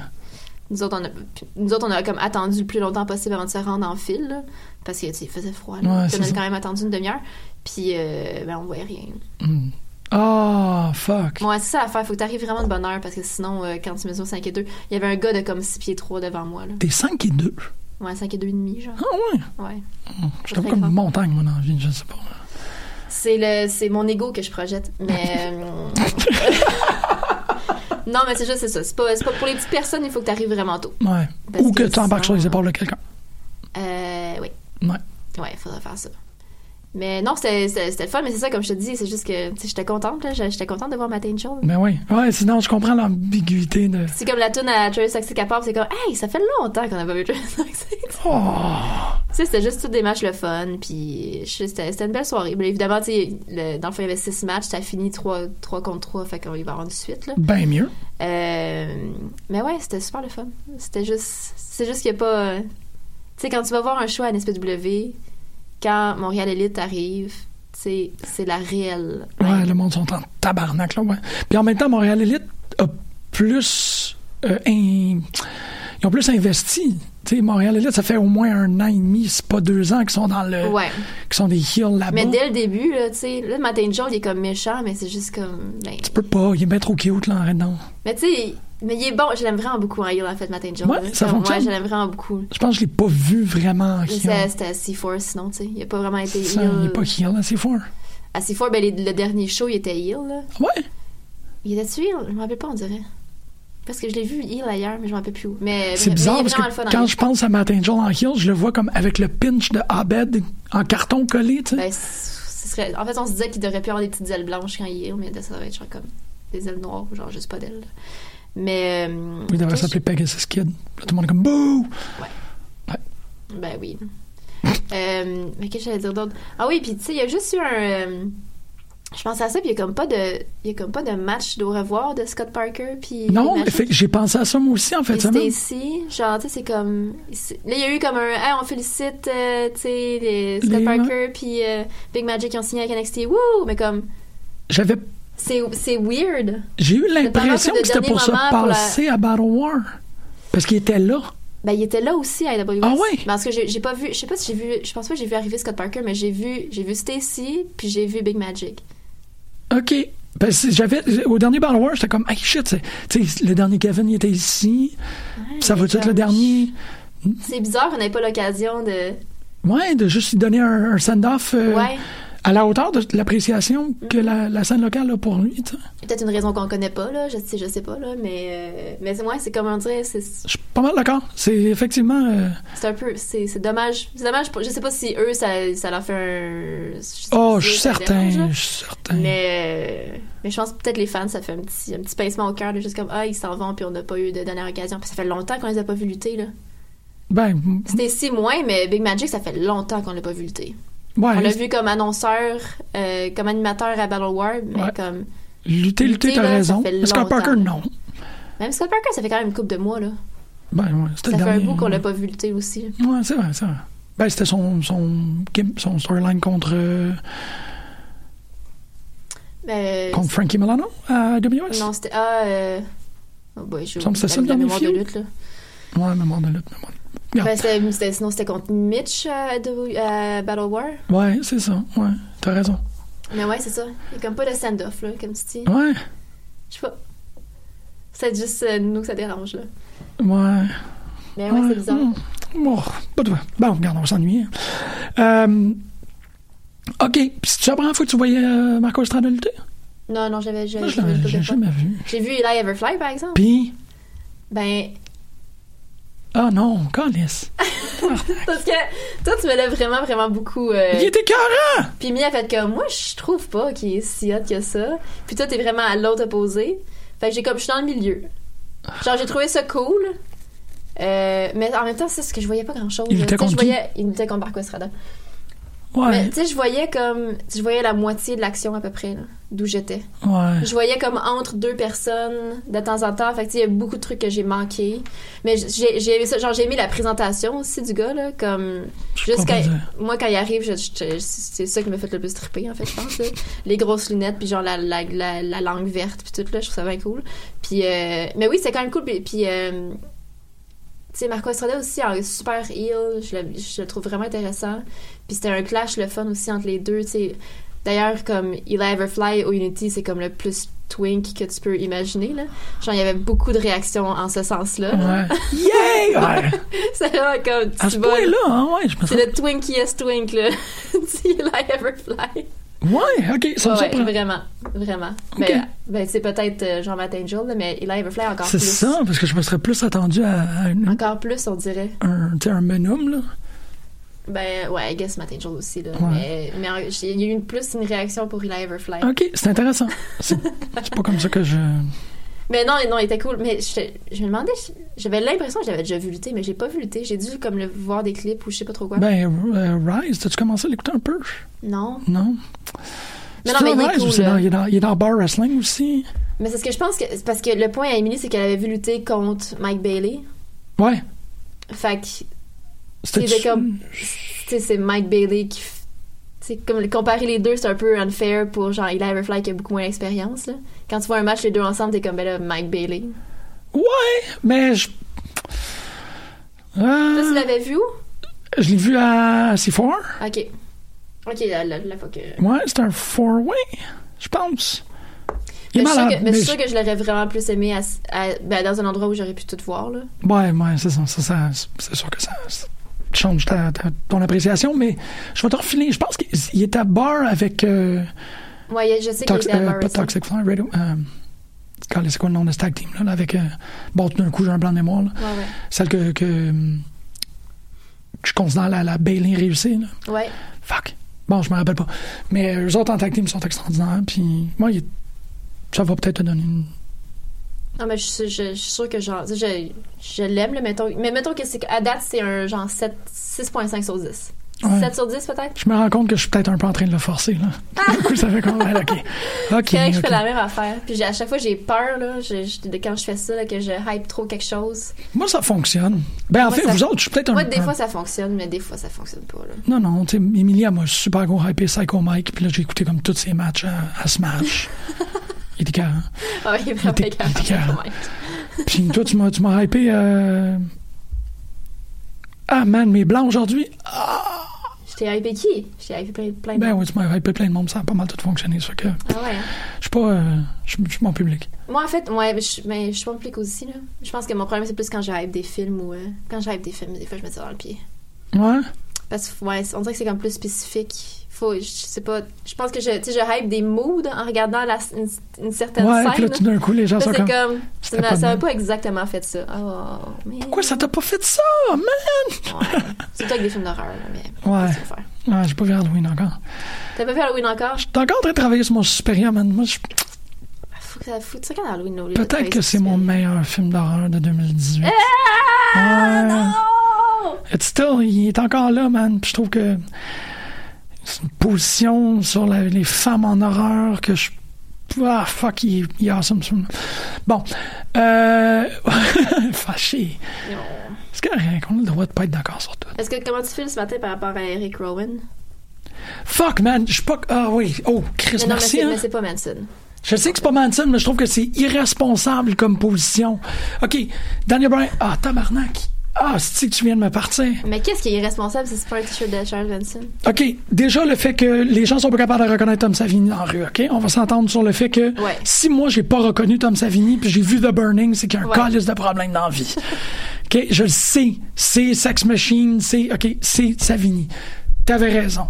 Nous, autres, on a, puis nous autres, on a comme attendu le plus longtemps possible avant de se rendre en file, là, parce que, tu sais, il faisait froid. Là,
Ouais,
Puis
c'est
on a
ça.
quand même attendu une demi-heure, puis euh, ben, on voyait rien.
Hmm. Ah, fuck.
Bon, ouais, c'est ça l'affaire, faut que t'arrives vraiment de bonne heure, parce que sinon, euh, quand tu mesures 5 et 2, il y avait un gars de comme 6 pieds 3 devant moi. Là.
T'es 5 et 2.
Ouais, 5 et 2 et demi, genre.
Ah
ouais? Ouais.
Je suis comme une montagne, moi, dans la vie, je sais pas.
C'est le, c'est mon ego que je projette, mais euh, non, mais c'est juste c'est ça. C'est pas, c'est pas pour les petites personnes. Il faut que tu arrives vraiment tôt.
Ouais.
Parce
Ou que,
que
tu embarques sur les épaules de quelqu'un.
Euh, oui.
Ouais.
Ouais, il faudrait faire ça. Mais non, c'était, c'était, c'était le fun, mais c'est ça, comme je te dis, c'est juste que tu sais, j'étais contente, là, j'étais contente de voir Matt Angel.
Mais Ben oui. Ouais, sinon, je comprends l'ambiguïté de.
C'est comme la tune à Travis Toxic à part, c'est comme, hey, ça fait longtemps qu'on n'a pas vu Travis Toxic.
Oh,
Tu sais, c'était juste toutes des matchs le fun, puis je sais, c'était c'était une belle soirée. Mais évidemment, tu sais, le- dans le fond, il y avait six matchs, ça a fini 3, contre 3, fait qu'on va y avoir une suite, là.
Ben mieux.
Euh, mais ouais, c'était super le fun. C'était juste. C'est juste qu'il n'y a pas. euh, Tu sais, quand tu vas voir un show à NSPW, quand Montréal Elite arrive, tu sais, c'est la réelle.
Ouais, le monde sont en tabarnak, là, ouais. Puis en même temps, Montréal Elite a plus. euh, in- Ils ont plus investi. Tu sais, Montréal Elite, ça fait au moins un an et demi, c'est pas deux ans qu'ils sont dans le.
Ouais.
Qu'ils sont des heels là-bas.
Mais dès le début, là, tu sais, là, Matin Joel, il est comme méchant, mais c'est juste comme. Ben,
Tu peux pas, il est bien trop cute, là, en non.
mais tu sais, mais il est bon, je l'aime vraiment beaucoup en heel, en fait, Matin Joel.
Ouais,
là.
ça
Comme,
fonctionne.
Ouais, je l'aime vraiment beaucoup.
Je pense que je l'ai pas vu vraiment en
Mais c'est-
heel.
C'était à C4, sinon, tu sais, il n'a pas vraiment été
Ça, il est
heel.
pas heel, là, c'est fort.
À C4, ben, les- le dernier show, il était heel, là.
Ouais.
Il était-tu heel? Je me rappelle pas, on dirait. Parce que je l'ai vu heel ailleurs, mais je me rappelle plus où. Mais,
C'est
mais-
bizarre
mais il est
parce
vraiment
que
le fun hein. en
quand
heel.
je pense à Matt Angel en heel, je le vois comme avec le pinch de Abed en carton collé, tu sais.
Ben, ce serait- En fait, on se disait qu'il devrait plus avoir des petites ailes blanches quand il est heel, mais ça va être genre comme des ailes noires, genre juste pas d'ailes. Mais. euh,
il devrait s'appeler Pegasus Kid. Là, tout le monde est comme bouh!
Ben oui. Euh, mais qu'est-ce que j'allais dire d'autre? Ah oui, puis tu sais, il y a juste eu un. euh, je pense à ça, puis il y a comme pas de, il y a comme pas de match d'au revoir de Scott Parker, puis.
Non,
Magic.
fait que j'ai pensé à ça moi aussi en fait.
Puis
semaine.
Stacy, genre, tu sais, c'est comme. c'est- Là, il y a eu comme un. Hey, on félicite, euh, tu sais, les-
Les-
Scott Parker, puis euh, Big Magic qui ont signé avec NXT. Wouh! Mais comme,
J'avais,
c'est c'est weird.
j'ai eu
tendance
l'impression
de
que c'était pour
dernier
se
moment pour la-
passer à Battle War parce qu'il était là.
Ben, il était là aussi à AWS.
Ah ouais?
Parce que j'ai j'ai pas vu. Je sais pas si j'ai vu. Je pense pas que j'ai vu arriver Scott Parker, mais j'ai vu, j'ai vu Stacy, puis j'ai vu Big Magic.
Ok. Parce que j'avais au dernier Battle War, j'étais comme hey shit, c'est- tu sais, le dernier Kevin il était ici. ça va être le dernier.
C'est bizarre qu'on n'ait pas l'occasion de.
Ouais, de juste lui donner un, un send-off. euh,
Ouais.
à la hauteur de l'appréciation que la, la scène locale a pour lui. tu sais.
Peut-être une raison qu'on connaît pas, là. Je sais, je sais pas, là. Mais, euh, mais ouais, c'est comme on dirait, c'est
Je suis pas mal d'accord. C'est effectivement. euh,
c'est un peu. C'est c'est dommage. C'est dommage. Pour, je sais pas si eux, ça, ça leur fait un. sais pas
oh,
si
je suis
ça
certain.
dérange, là.
Je suis certain.
Mais, euh, mais je pense que peut-être les fans, ça fait un petit, un petit pincement au cœur, là, juste comme Ah, ils s'en vont, puis on n'a pas eu de dernière occasion. Puis ça fait longtemps qu'on les a pas vus lutter. Là.
Ben,
C'était si moins, mais Big Magic, ça fait longtemps qu'on l'a pas vu lutter.
ouais,
on l'a vu comme annonceur, euh, comme animateur à Battle War, mais
Ouais.
comme.
lutter, lutter,
lutter,
t'as
là, ça
raison.
fait
Scott
longtemps.
Parker, non.
Même Scott Parker, ça fait quand même une coupe de mois, là.
Ben, ouais, c'était
Ça
le
fait un
dernier.
bout qu'on l'a pas vu lutter aussi.
Ouais, c'est vrai, c'est vrai. Ben, c'était son, son, gimp- son storyline contre, euh,
Mais,
contre Frankie Milano à WS.
Euh, Non, c'était. Ah, euh... oh boy, j'ai
Il me semble que
oublié
c'était
la-
ça, le
la
dernier
mémoire de
film.
lutte, là.
Ouais, mémoire de lutte, mémoire de lutte.
Ben, c'était- c'était- sinon, c'était contre Mitch à, W- à Battle War.
Ouais, c'est ça. Ouais, t'as raison.
Mais ouais, c'est ça. Il y a comme pas de send-off, là, comme tu dis.
Ouais,
Je sais pas. C'est juste euh, nous que ça dérange, là.
ouais.
Mais ouais, c'est bizarre.
mm. Bon, pas de... Bon, regarde, on s'ennuie. hein. Euh, OK, puis c'est la première fois que tu voyais euh, Marco Estrada lutter?
Non, non, j'avais.
Moi,
j'avais-
je l'avais
j'avais-
j'ai jamais vu.
J'ai vu Eli Everfly, par exemple.
Puis,
Ben,
ah non, Calice.
parce que toi, tu me l'as vraiment, vraiment beaucoup. euh,
Il était carré!
Puis Mia a fait comme moi, je trouve pas qu'il est si hot que ça. Puis toi, t'es vraiment à l'autre opposé. Fait que j'ai comme je suis dans le milieu. Genre j'ai trouvé ça cool. Euh, mais en même temps, c'est ce que je voyais pas grand chose.
Il luttait contre qui?
Il était contre Marco Estrada. Mais
Ouais,
tu sais, je voyais comme. Je voyais la moitié de l'action à peu près, là, d'où j'étais.
ouais.
Je voyais comme entre deux personnes de temps en temps. Fait que tu sais, il y a beaucoup de trucs que j'ai manqué. Mais j'ai j'ai aimé ça. Genre, j'ai aimé la présentation aussi du gars, là. Comme. Juste
comprends
quand-
bien.
moi, quand il arrive, je- je- je- c'est ça qui m'a fait le plus triper, en fait, je pense. là. Les grosses lunettes, puis genre la, la, la, la langue verte, puis tout, là. Je trouve ça bien cool. Puis. euh, mais oui, c'est quand même cool. Puis. puis, euh, tu sais, Marco Estrada aussi un super heel, je le, je le trouve vraiment intéressant. Puis c'était un clash le fun aussi entre les deux, tu sais. D'ailleurs, comme Eli Everfly au Unity, c'est comme le plus twink que tu peux imaginer, là. Genre, il y avait beaucoup de réactions en ce sens-là.
Ouais. Yay! Ouais.
c'est vraiment comme,
À
tu
ce
vois,
point-là, hein, ouais, je me sens...
C'est le twinkiest twink, là. du Eli Everfly.
Ouais, OK, ça me
Ouais,
surprend.
vraiment, vraiment.
Ok.
Ben, ben, c'est peut-être euh, Jean-Matt Angel, là, mais Eli Everfly encore
C'est
plus.
ça, parce que je me serais plus attendu à, à une-
Encore plus, on dirait.
un, tu sais, un menum, là.
Ben ouais, I guess Matin Jour aussi là.
Ouais.
Mais, mais en- j'ai- il y a eu une- plus une réaction pour Eli Everfly.
OK, c'est intéressant. C'est c'est pas comme ça que je...
Mais non, non, il était cool. Mais je, je me demandais, je- j'avais l'impression que j'avais déjà vu lutter, mais j'ai pas vu lutter. J'ai dû comme le voir des clips ou je sais pas trop quoi.
Ben, euh, Rise, t'as-tu commencé à l'écouter un peu?
non.
Non?
Mais
C'est
non, mais il
dans
est
Rise ou
cool,
c'est
là.
dans- il est dans- il est dans Bar Wrestling aussi?
Mais c'est ce que je pense que c'est parce que le point à Emily, c'est qu'elle avait vu lutter contre Mike Bailey.
Ouais.
Fait que
C'était-tu-
c'était comme, tu sais, c'est Mike Bailey qui, f- tu sais, comme comparer les deux, c'est un peu unfair pour genre Eli Everfly qui a beaucoup moins d'expérience. là. Quand tu vois un match les deux ensemble, t'es comme ben là Mike Bailey.
Ouais, mais je...
Toi, tu
Euh,
l'avais vu où?
je l'ai vu à C4.
Ok. Ok, la, la, la fois que.
Ouais, c'est un four-way, je pense. Il
Mais
est
ben, je suis sûre
malade,
que, mais je suis
mais
sûre que je l'aurais vraiment plus aimé à, à- ben, dans un endroit où j'aurais pu tout voir. Là.
Ouais, ouais, c'est ça, ça, ça- c'est sûr que ça, ça change ta, ta- ton appréciation, mais je vais te refiler. Je pense qu'il est à bar avec euh,
Ouais, je sais qu'il
Tox-
était à
euh, pas
Morrison.
Toxic Fly, Radio. euh, calé, c'est quoi le nom de ce tag team là, là, avec euh, bon tout d'un coup j'ai un blanc de mémoire là.
Ouais, ouais.
celle que, que, hum, que je considère la, la Bailey réussie là.
Ouais.
fuck bon je me rappelle pas mais les autres en tag team sont extraordinaires puis moi il est- ça va peut-être te donner une
Non, mais je, suis- je- je suis sûre que genre. tu sais, Je, je l'aime, là, mettons. Mais mettons que c'est à date, c'est un genre 7 6,5 sur 10.
Ouais.
7 sur 10 peut-être?
je me rends compte que je suis peut-être un peu en train de le forcer là du coup ça fait comme ouais, ok ok,
Ah! C'est vrai que je
ok.
fais la même affaire. Puis j'ai- à chaque fois, j'ai peur là, je- je- de quand je fais ça, là, que je hype trop quelque chose.
moi ça fonctionne ben en
Moi,
fait
ça-
vous autres je suis peut-être un,
Moi, des
un-
fois, ça fonctionne, mais des fois, ça fonctionne pas. Là.
Non, non, tu sais, Emilia m'a super gros hypé Psycho Mike, puis là, j'ai écouté comme tous ses matchs à, à Smash. Il était carré.
Ah, ouais, il est vraiment
Il était- il était
écœurant.
Puis toi, tu m'as, tu m'as hypé. euh, Ah, man, mes blancs aujourd'hui.
Je t'ai hypé qui? Je t'ai hypé plein, plein de
Ben
monde.
oui, tu m'as hypé plein de monde, ça a pas mal tout fonctionné. Ça fait que
Ah ouais. hein?
je suis pas. euh, je suis je suis mon public.
Moi, en fait, ouais, mais je, mais je suis pas impliquée aussi, là. Je pense que mon problème, c'est plus quand je hype des films ou... euh, quand je hype des films, des fois, je me tire dans le pied.
Ouais?
Parce que, ouais, on dirait que c'est comme plus spécifique. Faut, je sais pas, je pense que je, tu sais, je hype des moods en regardant la, une, une certaine
Ouais,
scène.
puis là, tout d'un coup, les gens
Là,
sont
c'est
comme,
comme.
c'était
Ça
pas
m'a- ça m'a
bon.
pas exactement fait ça. Oh, mais.
Pourquoi ça t'a pas fait ça, man?
Surtout avec des films d'horreur, là, mais.
Ouais. Ouais, Ah, j'ai pas vu Halloween encore.
T'as pas vu Halloween encore?
T'es encore en train de travailler sur mon supérieur, man. Moi, je-
Faut que ça fout ça quand Halloween, au lieu de
Peut-être
travailler
que
sur-
c'est mon meilleur film d'horreur de 2018. Ah,
Euh.
It's still, il est encore là, man. Puis je trouve que c'est une position sur la- les femmes en horreur que je. Ah, fuck, il est, il est awesome, ce film-là. Bon. Euh... Fâché.
Non.
C'est correct, on a le droit de pas être d'accord sur tout.
Est-ce que comment tu files ce matin par rapport à Eric Rowan?
Fuck, man, je suis pas. Ah oui, oh, Chris,
non, mais
merci.
c'est-
hein.
mais c'est pas Manson.
Je sais que c'est pas Manson, mais je trouve que c'est irresponsable comme position. OK, Daniel Bryan. Ah, tabarnak. Ah, c'est que tu viens de me partir.
Mais qu'est-ce qui est irresponsable si c'est pas un t-shirt de Charles Manson?
OK, déjà le fait que les gens sont pas capables de reconnaître Tom Savini en rue, OK? On va s'entendre sur le fait que
Ouais.
si moi j'ai pas reconnu Tom Savini puis j'ai vu The Burning, c'est qu'il y a un
Ouais.
calice de problème dans la vie. OK, je le sais, c'est Sex Machine, c'est OK, c'est Savini. T'avais raison.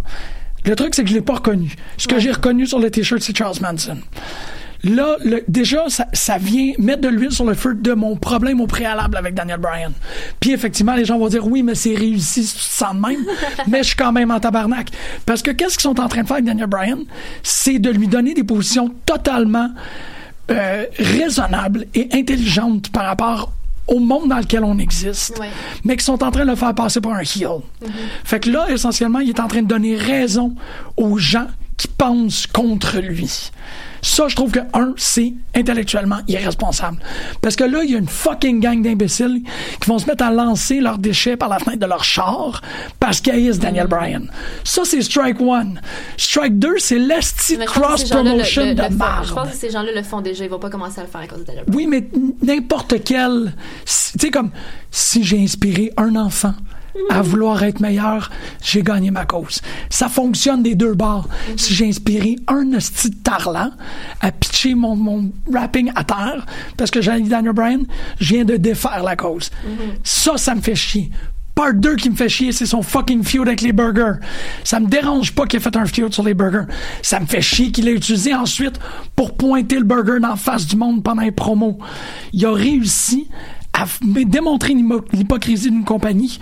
Le truc c'est que je l'ai pas reconnu. Ce que j'ai reconnu sur le t-shirt c'est Charles Manson. Là, le- déjà, ça, ça vient mettre de l'huile sur le feu de mon problème au préalable avec Daniel Bryan. Puis effectivement, les gens vont dire oui, mais c'est réussi, si tu te sens de même, mais je suis quand même en tabarnak. Parce que qu'est-ce qu'ils sont en train de faire avec Daniel Bryan? C'est de lui donner des positions totalement euh, raisonnables et intelligentes par rapport au monde dans lequel on existe,
Ouais.
mais qui sont en train de le faire passer pour un heel.
Mhm.
Fait que là, essentiellement, il est en train de donner raison aux gens qui pensent contre lui. Ça, je trouve que, un, c'est intellectuellement irresponsable. Parce que là, il y a une fucking gang d'imbéciles qui vont se mettre à lancer leurs déchets par la fenêtre de leur char parce qu'ils haïssent Daniel Bryan. Ça, c'est strike one. Strike deux, c'est l'esti
Mais je pense que ces gens-là le- le-
cross-promotion
le
de
font.
marde.
Je pense que ces gens-là le font déjà. Ils vont pas commencer à le faire à cause de Daniel Bryan.
Oui, mais n'importe quel. si- Tu sais, comme si j'ai inspiré un enfant à vouloir être meilleur, j'ai gagné ma cause. Ça fonctionne des deux bords. Si j'ai inspiré un hostie de tarlant à pitcher mon, mon rapping à terre parce que j'ai dit Daniel Bryan, je viens de défaire la cause. Ça, ça me fait chier. Part 2 qui me fait chier, c'est son fucking feud avec les burgers. Ça me dérange pas qu'il ait fait un feud sur les burgers. Ça me fait chier qu'il ait utilisé ensuite pour pointer le burger dans la face du monde pendant les promos. Il a réussi à f- mais démontrer l'hymo- l'hypocrisie d'une compagnie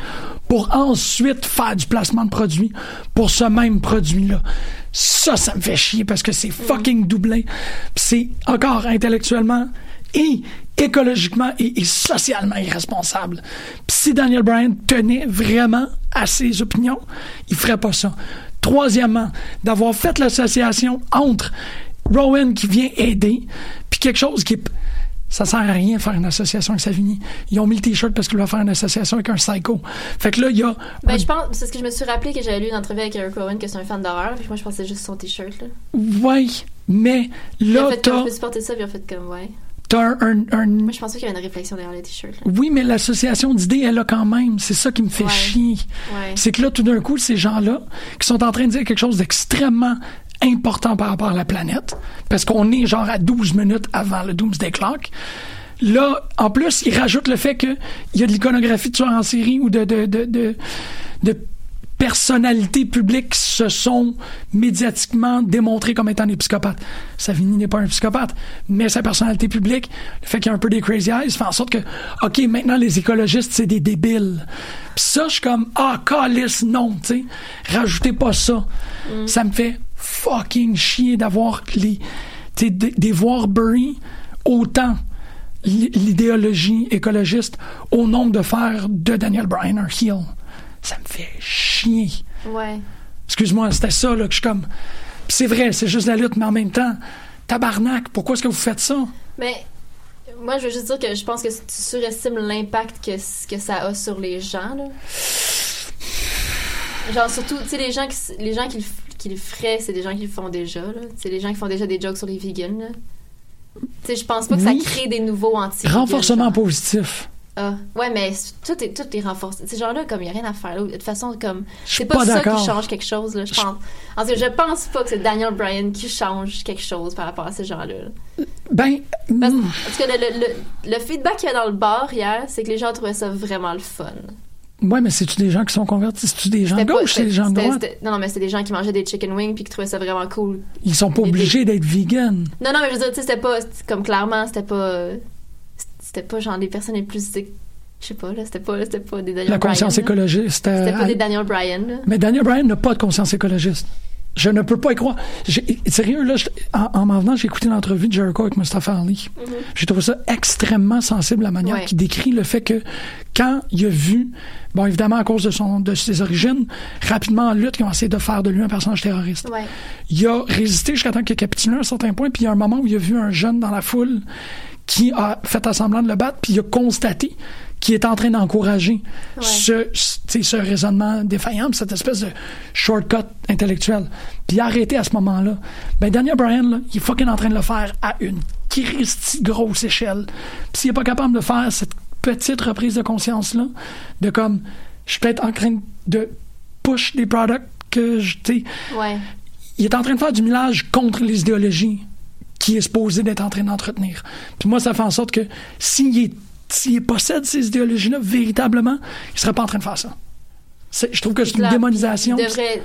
pour ensuite faire du placement de produit pour ce même produit-là. Ça, ça me fait chier parce que c'est fucking doublé. Puis c'est encore intellectuellement et écologiquement et, et socialement irresponsable. Puis si Daniel Bryan tenait vraiment à ses opinions, il ferait pas ça. Troisièmement, d'avoir fait l'association entre Rowan qui vient aider, puis quelque chose qui est- ça sert à rien de faire une association avec Savini. Ils ont mis le t-shirt parce qu'ils veulent faire une association avec un psycho. Fait que là, il y a
Ben, je pense, c'est ce que je me suis rappelé que j'avais lu une entrevue avec Eric Rowan que c'est un fan d'horreur. Puis moi, je pensais juste son t-shirt. Là.
ouais, mais
Ils ont
là
fait comme,
t'as
je peux supporter ça, puis ils ont fait comme, ouais.
t'as un- un- un
Moi, je pensais qu'il y avait une réflexion derrière le t-shirt. là.
Oui, mais l'association d'idées, elle a quand même. C'est ça qui me fait chier.
Ouais.
C'est que là, tout d'un coup, ces gens-là, qui sont en train de dire quelque chose d'extrêmement important par rapport à la planète, parce qu'on est genre à 12 minutes avant le Doomsday Clock, là, en plus, ils rajoutent le fait qu'il y a de l'iconographie de tueurs en série ou de, de, de, de, de personnalités publiques qui se sont médiatiquement démontrées comme étant des psychopathes. Savini n'est pas un psychopathe, mais sa personnalité publique, le fait qu'il y a un peu des crazy eyes, fait en sorte que, OK, maintenant les écologistes, c'est des débiles. Puis ça, je suis comme, ah, calice, non, tu sais, rajoutez pas ça. Ça me fait fucking chier d'avoir les, tu sais, de, de voir Burry autant l'i- l'idéologie écologiste au nombre de faire de Daniel Bryan un heel. Ça me fait chier.
Ouais.
Excuse-moi, c'était ça là, que je suis comme. Puis C'est vrai, c'est juste la lutte, mais en même temps, tabarnak, pourquoi est-ce que vous faites ça?
Mais moi, je veux juste dire que je pense que tu surestimes l'impact que, c- que ça a sur les gens. Là. Genre, surtout, tu sais, les gens qui, s- les gens qui, le f- qui le feraient, c'est des gens qui le font déjà. là. C'est les gens qui font déjà des jokes sur les vegans. là. Tu sais, je pense pas que
Oui.
ça crée des nouveaux anti
Renforcement positif.
Ah, ouais, mais c- tout est, tout est renforcé. Ces gens-là, comme, il n'y a rien à faire. là. De toute façon, comme, c'est pas,
pas
ça qui
d'accord.
change quelque chose, là, je pense. En tout cas, je pense pas que c'est Daniel Bryan qui change quelque chose par rapport à ces gens-là. là.
Ben, hmm,
En tout cas, le, le- le- le feedback qu'il y a dans le bar hier, c'est que les gens trouvaient ça vraiment le fun.
Ouais, mais c'est-tu des gens qui sont convertis? C'est-tu des gens de
C'était pas-
gauche? C'est des
c'était-
gens de
c'était-
droite?
c'était- Non, non, mais c'était des gens qui mangeaient des chicken wings puis qui trouvaient ça vraiment cool.
Ils sont pas obligés d'être vegan.
Non, non, mais je veux dire, tu sais, c'était pas. c'était Comme clairement, c'était pas. C'était pas genre les personnes les plus. tu sais, Je sais pas, là. C'était pas, c'était pas des Daniel
La
Bryan.
conscience
là.
écologiste. euh,
C'était pas
à-
des Daniel Bryan, là.
Mais Daniel Bryan n'a pas de conscience écologiste. Je ne peux pas y croire. J'ai- Sérieux, là, je- en, en m'en venant, j'ai écouté l'entrevue de Jericho avec Mustafa Ali. J'ai trouvé ça extrêmement sensible, la manière
Ouais.
qu'il décrit le fait que quand il a vu, bon, évidemment, à cause de, son, de ses origines, rapidement en lutte, ils ont essayé de faire de lui un personnage terroriste.
Ouais.
Il a résisté jusqu'à temps qu'il ait capitulé à un certain point, puis il y a un moment où il a vu un jeune dans la foule qui a fait à semblant de le battre, puis il a constaté qu'il est en train d'encourager ce, ce- tu sais, ce raisonnement défaillant, puis cette espèce de shortcut intellectuel. Puis il a arrêté à ce moment-là. Ben Daniel Bryan, là, il est fucking en train de le faire à une christie grosse échelle. Puis s'il n'est pas capable de faire cette petite reprise de conscience-là, de comme, je suis peut-être en train de push des products que je, tu sais,
Ouais.
il est en train de faire du millage contre les idéologies qu'il est supposé d'être en train d'entretenir. Puis moi, ça fait en sorte que s'il est- s'il possède ces idéologies-là véritablement, il serait pas en train de faire ça. C'est- Je trouve que c'est une
Claire-
démonisation.
Il devrait.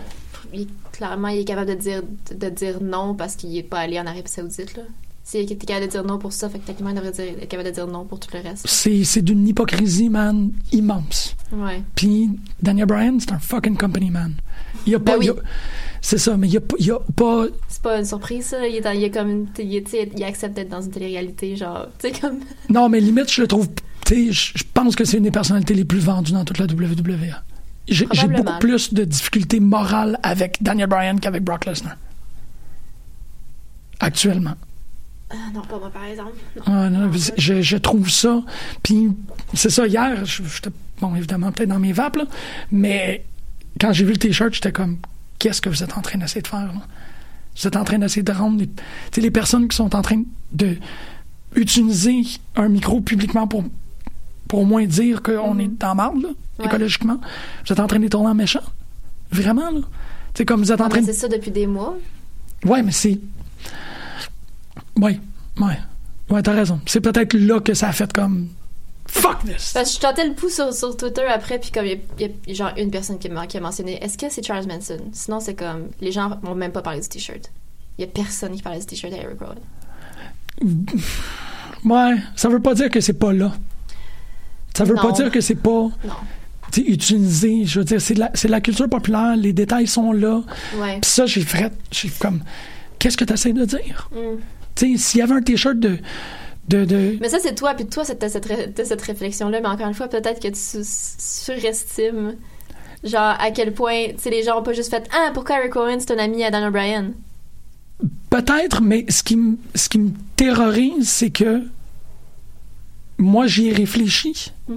il- clairement, il est capable de dire, de dire non parce qu'il est pas allé en Arabie Saoudite, là. S'il était capable de dire non pour ça, fait que techniquement, il devrait dire- être capable de dire non pour tout le reste.
C'est c'est d'une hypocrisie, man, immense.
Ouais.
Puis Daniel Bryan, c'est un fucking company man. Il y
Ben
a pas. il y a- C'est ça, mais il y a, pas- il y a pas.
C'est pas une surprise, ça. Il, est dans- il est comme. Il, est- tu sais, il accepte d'être dans une télé-réalité, genre. Tu sais, comme.
Non, mais limite, je le trouve. tu sais, Je je pense que c'est une des personnalités les plus vendues dans toute la WWE. J'ai j'ai
Probablement.
beaucoup plus de difficultés morales avec Daniel Bryan qu'avec Brock Lesnar. Actuellement.
Ah, non, pas moi, par exemple. Non.
Ah, non, mais c'est- je, je trouve ça. Puis, c'est ça, hier, je- j'étais, bon, évidemment, peut-être dans mes vapes, là, mais quand j'ai vu le T-shirt, j'étais comme, qu'est-ce que vous êtes en train d'essayer de faire, là? Vous êtes en train d'essayer de rendre les, tu sais, les personnes qui sont en train de utiliser un micro publiquement pour, pour au moins dire qu'on
Mhm.
est dans marde, là, écologiquement, vous êtes en train de les tourner en méchants? Vraiment, là? Tu sais, comme vous êtes en train
Mais
de
C'est ça depuis des mois.
Ouais, mais c'est. Ouais, ouais. Ouais, t'as raison. C'est peut-être là que ça a fait comme. Fuck this!
Parce que je tentais le pouce sur, sur Twitter après, puis comme il y, a- il y a genre une personne qui, m'a- qui a mentionné est-ce que c'est Charles Manson Sinon, c'est comme. Les gens m'ont même pas parlé du t-shirt. Il y a personne qui parlait du t-shirt à Eric Rowan.
Ouais, ça veut pas dire que c'est pas là. Ça veut pas
Non.
dire que c'est pas. tu sais, utilisé, je veux dire, c'est de, la- c'est de la culture populaire, les détails sont là.
Ouais.
Puis ça, j'ai fait, j'ai comme, qu'est-ce que t'essayes de dire? Tu sais, s'il y avait un t-shirt de, de, de-
Mm. Mais ça, c'est toi, puis toi, c'est- t'as cette, ré- t'as cette réflexion-là, mais encore une fois, peut-être que tu sous- surestimes, genre, à quel point, tu sais, les gens ont pas juste fait Ah, pourquoi Eric Rowan, c'est un ami à Dan O'Brien
Peut-être, mais ce qui me ce qui me terrorise, c'est que moi, j'y ai réfléchi.
Mm-hmm.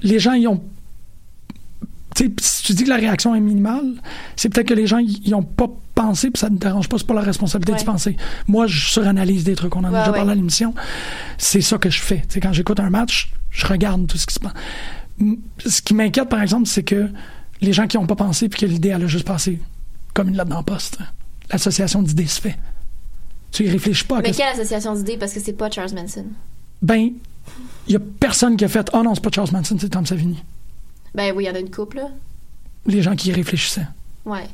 les gens ils ont tu sais, si tu dis que la réaction est minimale, c'est peut-être que les gens ils ils ont pas pensé, puis ça ne dérange pas, c'est pas leur responsabilité d'y penser. Moi, je suranalyse des trucs, on en a
Ouais,
déjà
ouais.
parlé à l'émission. C'est ça que je fais. Tu sais, quand j'écoute un match, je regarde tout ce qui se passe. M- Ce qui m'inquiète, par exemple, c'est que les gens qui n'ont pas pensé, puis que l'idée, elle a juste passé comme une lettre dans le poste. L'association d'idées se fait. Tu y réfléchis pas à
Mais
qu'est-ce-
quelle association d'idées Parce que c'est pas Charles Manson.
Ben, il y a personne qui a fait « Ah non, c'est pas Charles Manson, c'est Tom Savini.
Ben oui, il y en a une couple, là. »
Les gens qui y réfléchissaient.
Ouais.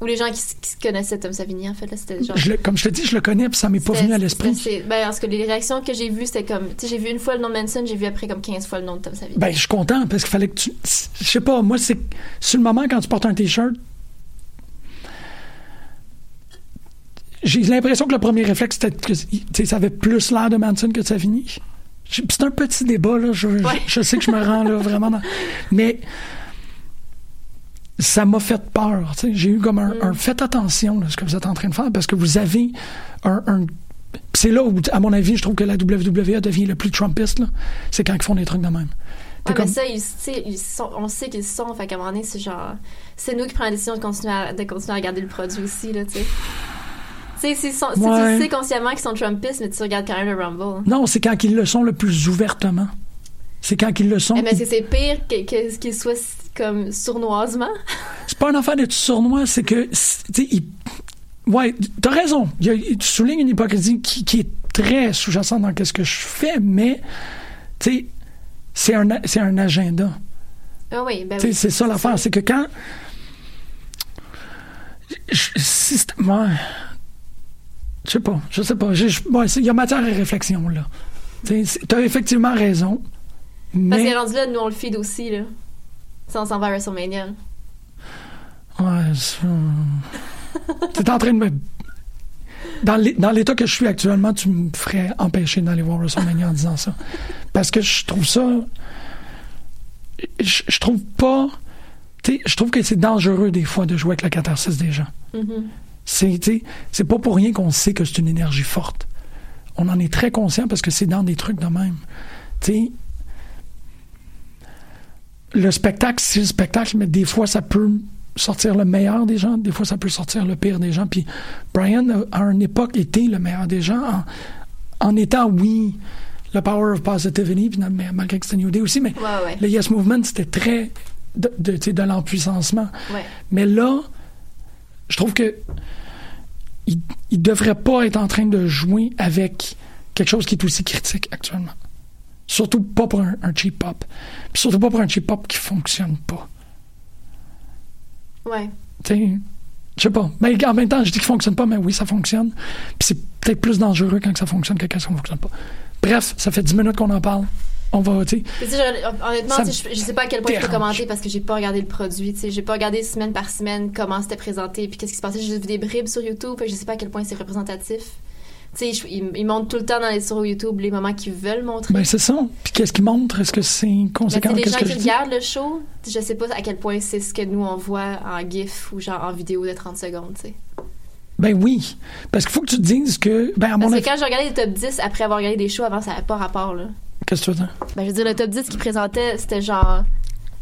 Ou les gens qui, s- qui se connaissaient Tom Savini, en fait, là, c'était genre.
Je le- comme je te dis, je le connais, puis ça m'est pas venu à l'esprit.
C'était- Ben, parce que les réactions que j'ai vues, c'était comme. Tu sais, j'ai vu une fois le nom de Manson, j'ai vu après comme 15 fois le nom de Tom Savini.
Ben, je suis content, parce qu'il fallait que tu. Je sais pas, moi, c'est. Sur le moment, quand tu portes un T-shirt, j'ai l'impression que le premier réflexe, c'était que tu sais, ça avait plus l'air de Manson que de Savini. Je- C'est un petit débat, là. Je, je- je sais que je me rends là vraiment dans- Mais ça m'a fait peur. tu sais. J'ai eu comme un,
Mm.
un faites attention à ce que vous êtes en train de faire parce que vous avez un. un- Puis c'est là où, à mon avis, je trouve que la WWE devient le plus Trumpiste. là. C'est quand ils font des trucs de même. T'es
Ouais,
comme-
Ah, mais ça, ils, tu sais, ils sont, on sait qu'ils sont. Fait qu'à un moment donné, c'est genre. C'est nous qui prenons la décision de continuer à, de continuer à regarder le produit aussi, là, tu sais. Tu sais, s'ils sont- si
Ouais.
tu sais consciemment qu'ils sont Trumpistes, mais tu regardes quand même le Rumble.
Non, c'est quand ils le sont le plus ouvertement. C'est quand ils le sont.
Eh, mais est-ce que c'est pire que- que- qu'ils soient si- comme sournoisement?
C'est pas un affaire d'être sournois, c'est que. c'est- Tu sais, il- Ouais, t'as raison. Il y a- tu soulignes une hypocrisie qui, qui est très sous-jacente dans ce que je fais, mais. Tu sais, c'est un, a- c'est un agenda.
Ah oui, ben
Tu sais,
oui.
C'est ça l'affaire, c'est que quand. Je- si c'est- ouais. Je sais pas, je sais pas. J'ai- je- ouais, c'est- Il y a matière à réflexion, là. Tu sais, c'est- T'as effectivement raison.
Parce
Mais.
que rendu là, nous, on le feed aussi, là. Ça, on s'en va à WrestleMania. là.
Ouais, c'est- T'es en train de me. Dans l'é- dans l'état que je suis actuellement, tu me ferais empêcher d'aller voir WrestleMania en disant ça. Parce que je trouve ça. Je, je trouve pas. Tu sais, je trouve que c'est dangereux des fois de jouer avec la catharsis des gens.
Mm-hmm.
C'est tu sais, c'est pas pour rien qu'on sait que c'est une énergie forte. On en est très conscient parce que c'est dans des trucs de même. Tu sais, le spectacle, c'est le spectacle, mais des fois, ça peut sortir le meilleur des gens, des fois, ça peut sortir le pire des gens. Puis Brian, a- à une époque, était le meilleur des gens en, en étant, oui, le power of positivity, puis, mais malgré que c'était New Day aussi, mais
Ouais, ouais.
le Yes Movement, c'était très de, de, tu sais, de l'empuissancement.
Ouais.
Mais là, je trouve que il, il devrait pas être en train de jouer avec quelque chose qui est aussi critique actuellement. Surtout pas pour un, un cheap pop. Puis surtout pas pour un cheap pop qui fonctionne pas.
Ouais.
Tu sais, je sais pas. Mais en même temps, je dis qu'il fonctionne pas, mais oui, ça fonctionne. Puis c'est peut-être plus dangereux quand ça fonctionne que quand ça fonctionne pas. Bref, ça fait 10 minutes qu'on en parle. On va, tu sais.
Puis, tu sais, je- honnêtement,
Ça
tu sais, je, je sais pas à quel point je peux commenter parce que j'ai pas regardé le produit. Tu sais, j'ai pas regardé semaine par semaine comment c'était présenté, puis qu'est-ce qui se passait. J'ai juste vu des bribes sur YouTube, puis je sais pas à quel point c'est représentatif. Tu sais, je- ils, ils montrent tout le temps dans les sur YouTube les moments qu'ils veulent montrer.
Ben c'est ça. Puis qu'est-ce qu'il montre? Est-ce que c'est
Mais
conséquent?
tu sais, Ben, les
Qu'est-ce
gens
que
qui
je dis?
regardent le show, je sais pas à quel point c'est ce que nous on voit en GIF ou genre en vidéo de 30 secondes, tu sais.
Ben oui. Parce qu'il faut que tu te dises que. Ben à mon
Parce que
avis.
quand j'ai regardé les top 10 après avoir regardé des shows avant, ça n'avait pas rapport, là.
Qu'est-ce que tu veux dire?
Ben, je veux dire, le top 10 qu'ils présentaient, c'était genre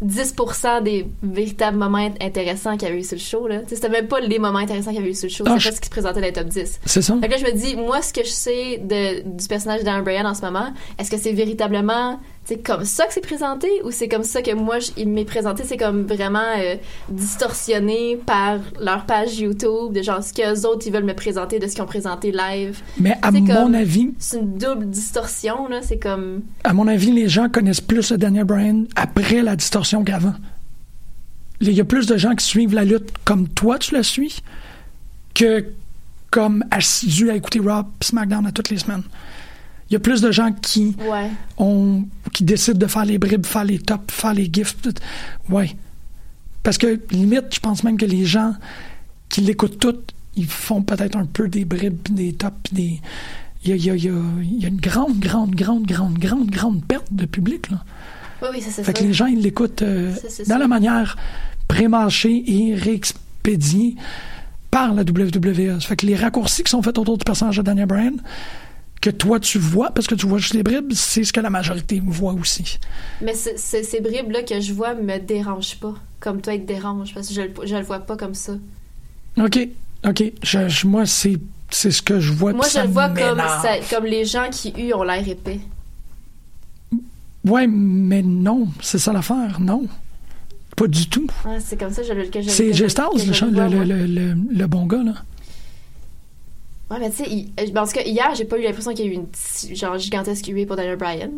10% des véritables moments intéressants qu'il y avait eu sur le show. Là. Tu sais, C'était même pas les moments intéressants qu'il y avait eu sur le show,
Ah,
c'était
je-
pas ce qui se présentait dans le top 10.
C'est ça.
Fait que là, je me dis, moi, ce que je sais de- du personnage d'Aaron Bryan en ce moment, est-ce que c'est véritablement tu sais, comme ça que c'est présenté ou c'est comme ça que moi, je- il m'est présenté, c'est comme vraiment euh, distorsionné par leur page YouTube, de genre ce qu'eux autres, ils veulent me présenter de ce qu'ils ont présenté live.
Mais à
C'est
mon
comme-
avis,
C'est une double distorsion, là. C'est comme.
à mon avis, les gens connaissent plus le Daniel Bryan après la distorsion qu'avant. Il y a plus de gens qui suivent la lutte comme toi tu la suis que comme assidus à écouter Raw pis SmackDown à toutes les semaines. Il y a plus de gens qui
Ouais.
ont qui décident de faire les bribes, faire les tops, faire les gifs. tout. Ouais. Parce que limite, je pense même que les gens qui l'écoutent toutes, ils font peut-être un peu des bribes, pis des tops, pis des. Il y a, il y a- il y a- il y a une grande, grande, grande, grande, grande, grande perte de public. Là.
Oui, oui, ça, c'est
Fait que
ça.
les gens, ils l'écoutent euh,
Ça, c'est
dans
ça.
la manière pré-marchée et réexpédiée par la WWE. Ça Fait que les raccourcis qui sont faits autour du personnage de Daniel Bryan, que toi tu vois, parce que tu vois juste les bribes, c'est ce que la majorité voit aussi.
Mais ce- ce- ces bribes-là que je vois me dérangent pas, comme toi, ils te dérangent, parce que je, le- je le vois pas comme ça.
OK, OK. Je- je- moi, c'est c'est ce que je vois.
Moi,
Ah, puis
je
ça
le vois comme,
m'énerve.
ça- comme les gens qui, eux, ont l'air épais.
Ouais, mais non, c'est ça l'affaire, non. Pas du tout.
Ouais, c'est comme ça que je le que je-
C'est
que je-
Jay Styles,
que je
le,
le vois,
le-
moi.
le- le- le bon gars, là.
Ouais, mais tu sais, il- ben, en tout cas, hier, j'ai pas eu l'impression qu'il y a eu une t- genre, gigantesque huée pour Daniel Bryan.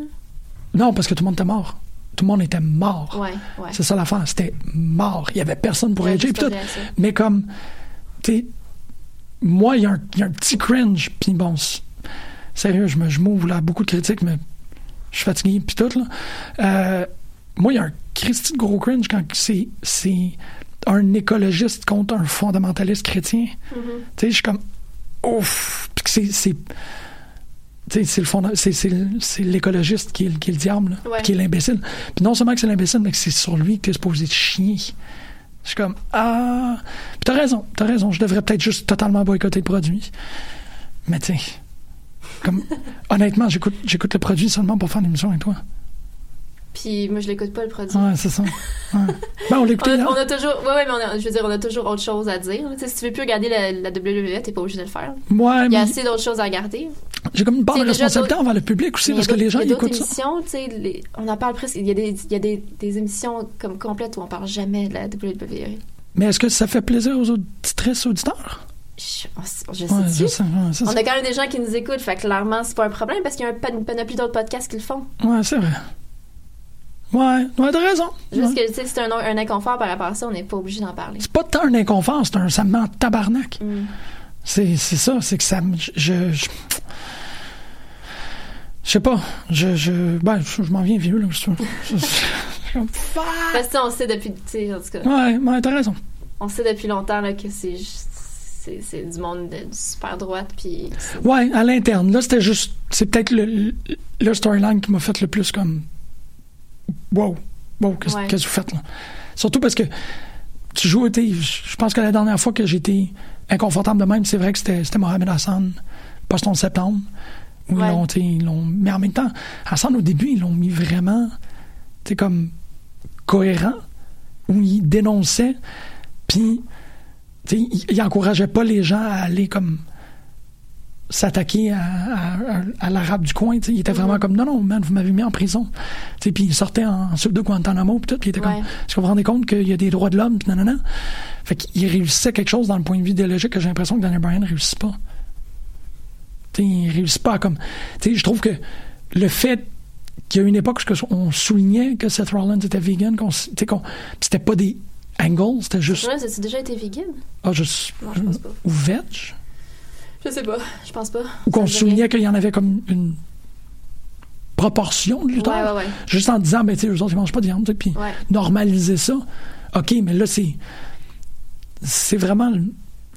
Non, parce que tout le monde était mort. Tout le monde était mort.
Ouais, ouais.
C'est ça l'affaire, c'était mort. Il y avait personne pour
Ouais,
aider.
j'ai
puis
pas
tout.
réagi.
Mais comme, tu sais, moi, il y, a un- il y a un petit cringe. Puis bon, c- sérieux, je me- je m'ouvre là à beaucoup de critiques, mais je suis fatigué. Puis tout, là. Euh, moi, il y a un Christy de gros cringe quand c'est c'est un écologiste contre un fondamentaliste chrétien. Tu sais, je suis comme, ouf. Puis que c'est- c'est. Tu sais, c'est le fonda- c'est- c'est le- c'est l'écologiste qui, est le- qui est le diable, là,
Ouais.
puis qui est l'imbécile. Puis non seulement que c'est l'imbécile, mais que c'est sur lui que t'es supposé te chier. Je suis comme, ah. Puis t'as raison, t'as raison, je devrais peut-être juste totalement boycotter le produit. Mais tu sais, comme, honnêtement, j'écoute j'écoute le produit seulement pour faire une émission avec toi.
Puis moi, je l'écoute pas, le produit.
Ouais, c'est ça. Ouais. Ben, on l'écoutait
On a,
Ah, là.
on a toujours, ouais, ouais, mais on a- je veux dire, on a toujours autre chose à dire. Tu sais, si tu veux plus regarder la, la WWE, t'es pas obligé de le faire.
Ouais,
Il y a
mais
assez d'autres choses à regarder.
j'ai comme une part de
C'est déjà
responsabilité
d'autres-
envers le public aussi,
Mais
parce que
il y a
les gens,
d'autres-
ils écoutent ça.
émissions, tu sais, les- on en parle presque. Il y a, des, il y a des, des émissions comme complètes où on parle jamais de la E. WWE.
Mais est-ce que ça fait plaisir aux auditrices, auditeurs?
Je, on- je
Ouais,
sais-tu?
je sais, ouais, ça,
on
c'est-
a quand même des gens qui nous écoutent, fait que clairement, c'est pas un problème parce qu'il y a un pan- une panoplie d'autres podcasts qui le font.
Ouais, c'est vrai. Ouais, ouais, t'as raison.
Juste que, tu sais, c'est un, un inconfort par rapport à ça, on n'est pas obligé d'en parler.
C'est pas tant un inconfort, c'est un ça me met en tabarnak.
Mm.
C'est c'est ça, c'est que ça me. Je. je- je- je sais pas, je, je, ben, je, je m'en viens vieux, là, si tu veux.
Parce que, tu sais, on sait depuis, tu sais, en tout cas,
Ouais, ouais, t'as raison.
on sait depuis longtemps là, que c'est juste- c'est c'est du monde de, du super droite, puis c'est-
Ouais, à l'interne. Là, c'était juste. C'est peut-être le, le- le storyline qui m'a fait le plus comme. Wow, wow, qu'est-ce
Ouais.
qu'est-ce que vous faites là? Surtout parce que tu joues, t'es- je pense que la dernière fois que j'étais inconfortable de même, c'est vrai que c'était c'était Mohamed Hassan, post 11 septembre, où ils
Ouais.
l'ont- t'sais, ils l'ont. Mais en même temps, Hassan, au début, ils l'ont mis vraiment, tu sais, comme cohérent, où il dénonçait, puis, tu sais, il, il encourageait pas les gens à aller comme s'attaquer à, à- à- à l'arabe du coin. tu sais. Il était vraiment comme non, non, man, vous m'avez mis en prison. Tu sais, Puis il sortait en sub de Guantanamo, puis tout. Puis il était comme,
Ouais.
est-ce que vous vous rendez compte qu'il y a des droits de l'homme, puis nanana. Fait qu'il réussissait quelque chose dans le point de vue idéologique que j'ai l'impression que Daniel Bryan ne réussit pas. Tu sais, il réussit pas à comme. Tu sais, je trouve que le fait qu'il y a une époque où on soulignait que Seth Rollins était vegan, qu'on, s- tu sais, qu'on, puis c'était pas des angles, c'était juste.
Ouais, as-tu déjà été vegan?
Ah, juste
Non, je pense pas.
ou veg.
Je sais pas, je pense pas.
Ou qu'on
Ça me dit rien.
soulignait qu'il y en avait comme une proportion de lutteurs.
Ouais, ouais, ouais.
Juste en disant, ben, tu sais, eux autres, ils mangent pas de viande, tu sais, puis
Ouais.
normaliser ça. OK, mais là, c'est. C'est vraiment le,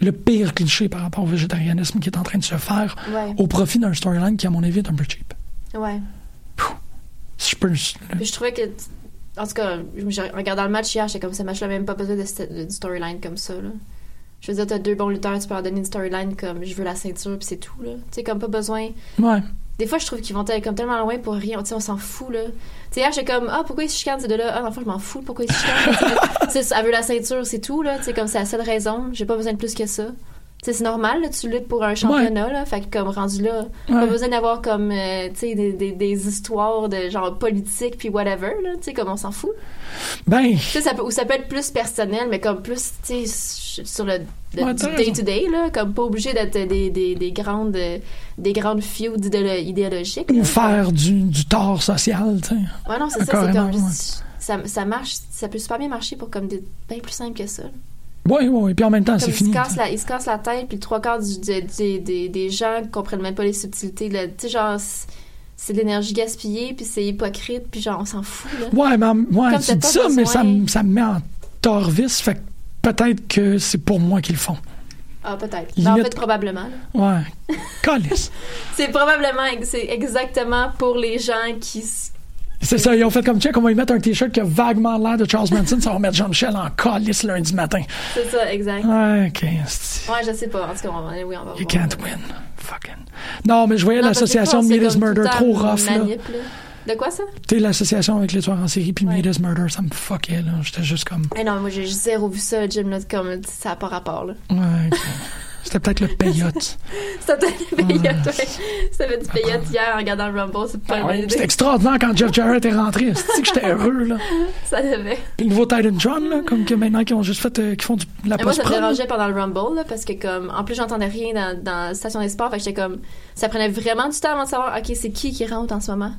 le pire cliché par rapport au végétarianisme qui est en train de se faire
Ouais.
au profit d'un storyline qui, à mon avis, est un peu cheap.
Ouais.
Si je peux.
Puis je trouvais que. En tout cas, j'ai- en regardant le match hier, j'étais comme ce match-là, même pas besoin de cette- d'une storyline comme ça. Là. Je veux dire, t'as deux bons lutteurs, tu peux leur donner une storyline comme je veux la ceinture, puis c'est tout. là. Tu sais, comme pas besoin.
Ouais.
Des fois, je trouve qu'ils vont t- comme tellement loin pour rien. Tu sais, on s'en fout, là. Tu sais, hier, j'étais comme, ah, pourquoi ils se chicanent, ces deux-là? Ah, enfin, je m'en fous, pourquoi ils se chicanent? Tu sais, elle veut la ceinture, c'est tout, là. Tu sais, comme c'est la seule raison. J'ai pas besoin de plus que ça. Tu sais, c'est normal, là, tu luttes pour un championnat, là. Fait que, comme, rendu là, pas
Ouais.
besoin d'avoir, comme, euh, tu sais, des, des, des histoires de genre politique, puis whatever, là. Tu sais, comme, on s'en fout.
Ben.
Tu sais, ça peut, ou ça peut être plus personnel, mais comme plus, tu sais, sur le le-
Ouais,
du
t'as raison.
day-to-day, là, comme pas obligé d'être des, des, des grandes euh, des grandes feuds idéolo- idéologiques. là.
Ou faire du, du tort social, tu sais.
Ouais, non, c'est ça, c'est
Carrément,
comme
ouais.
ça, ça marche, ça peut super bien marcher pour comme des bien plus simple que ça.
Oui, oui, et puis en même temps,
comme
Ah, c'est
ils,
fini.
se cassent la, ils se cassent la tête, puis le trois quarts du, de- des- des- des gens comprennent même pas les subtilités. là. Tu sais, genre, c'est- c'est de l'énergie gaspillée, puis c'est hypocrite, puis genre, on s'en fout. Là.
Ouais, mais en- ouais,
Comme
tu
t'as
dis
pas
ça, mais ça, me-
besoin.
ça me met en tort vice. Fait que peut-être que c'est pour moi qu'ils le font.
Ah, peut-être. Ben, en
Limite-
fait, probablement. là.
Ouais. Calice.
C'est probablement, ex- c'est exactement pour les gens qui. s-
C'est ça, ils ont fait comme check, on va y mettre un t-shirt qui a vaguement l'air de Charles Manson, ça va mettre Jean-Michel en calice lundi matin.
C'est ça, exact.
Ouais, ok. c'est-
Ouais, je sais pas. En tout cas, on va, oui, on va
Ah. You
voir.
can't win. Fucking. Non, mais je voyais
Non, parce que des fois,
l'association
on s'est
Meat is
comme tout
Murder
le temps
trop rough, là.
manip, là. De quoi ça?
Tu sais, l'association avec les tueurs en série, puis Meat is Murder, ça me fuckait, là. J'étais juste comme.
Eh non, moi j'ai zéro vu ça, Jim, là, comme ça n'a pas rapport. Là.
Ouais, ok. C'était peut-être le payotte.
C'était du payotte, ouais. C'était du payotte hier en regardant le Rumble, c'est pas une bonne
C'était
idée.
extraordinaire quand Jeff Jarrett est rentré. C'est que j'étais heureux, là.
Ça devait.
Puis le nouveau Titan John, là, comme que maintenant qui ont juste fait, euh, qui font du, de la
Et moi, ça me
post-prod, là.
dérangeait pendant le Rumble, là, parce que comme, en plus, j'entendais rien dans, dans la station des sports, fait que j'étais comme, ça prenait vraiment du temps avant de savoir, ok, c'est qui qui rentre en ce moment.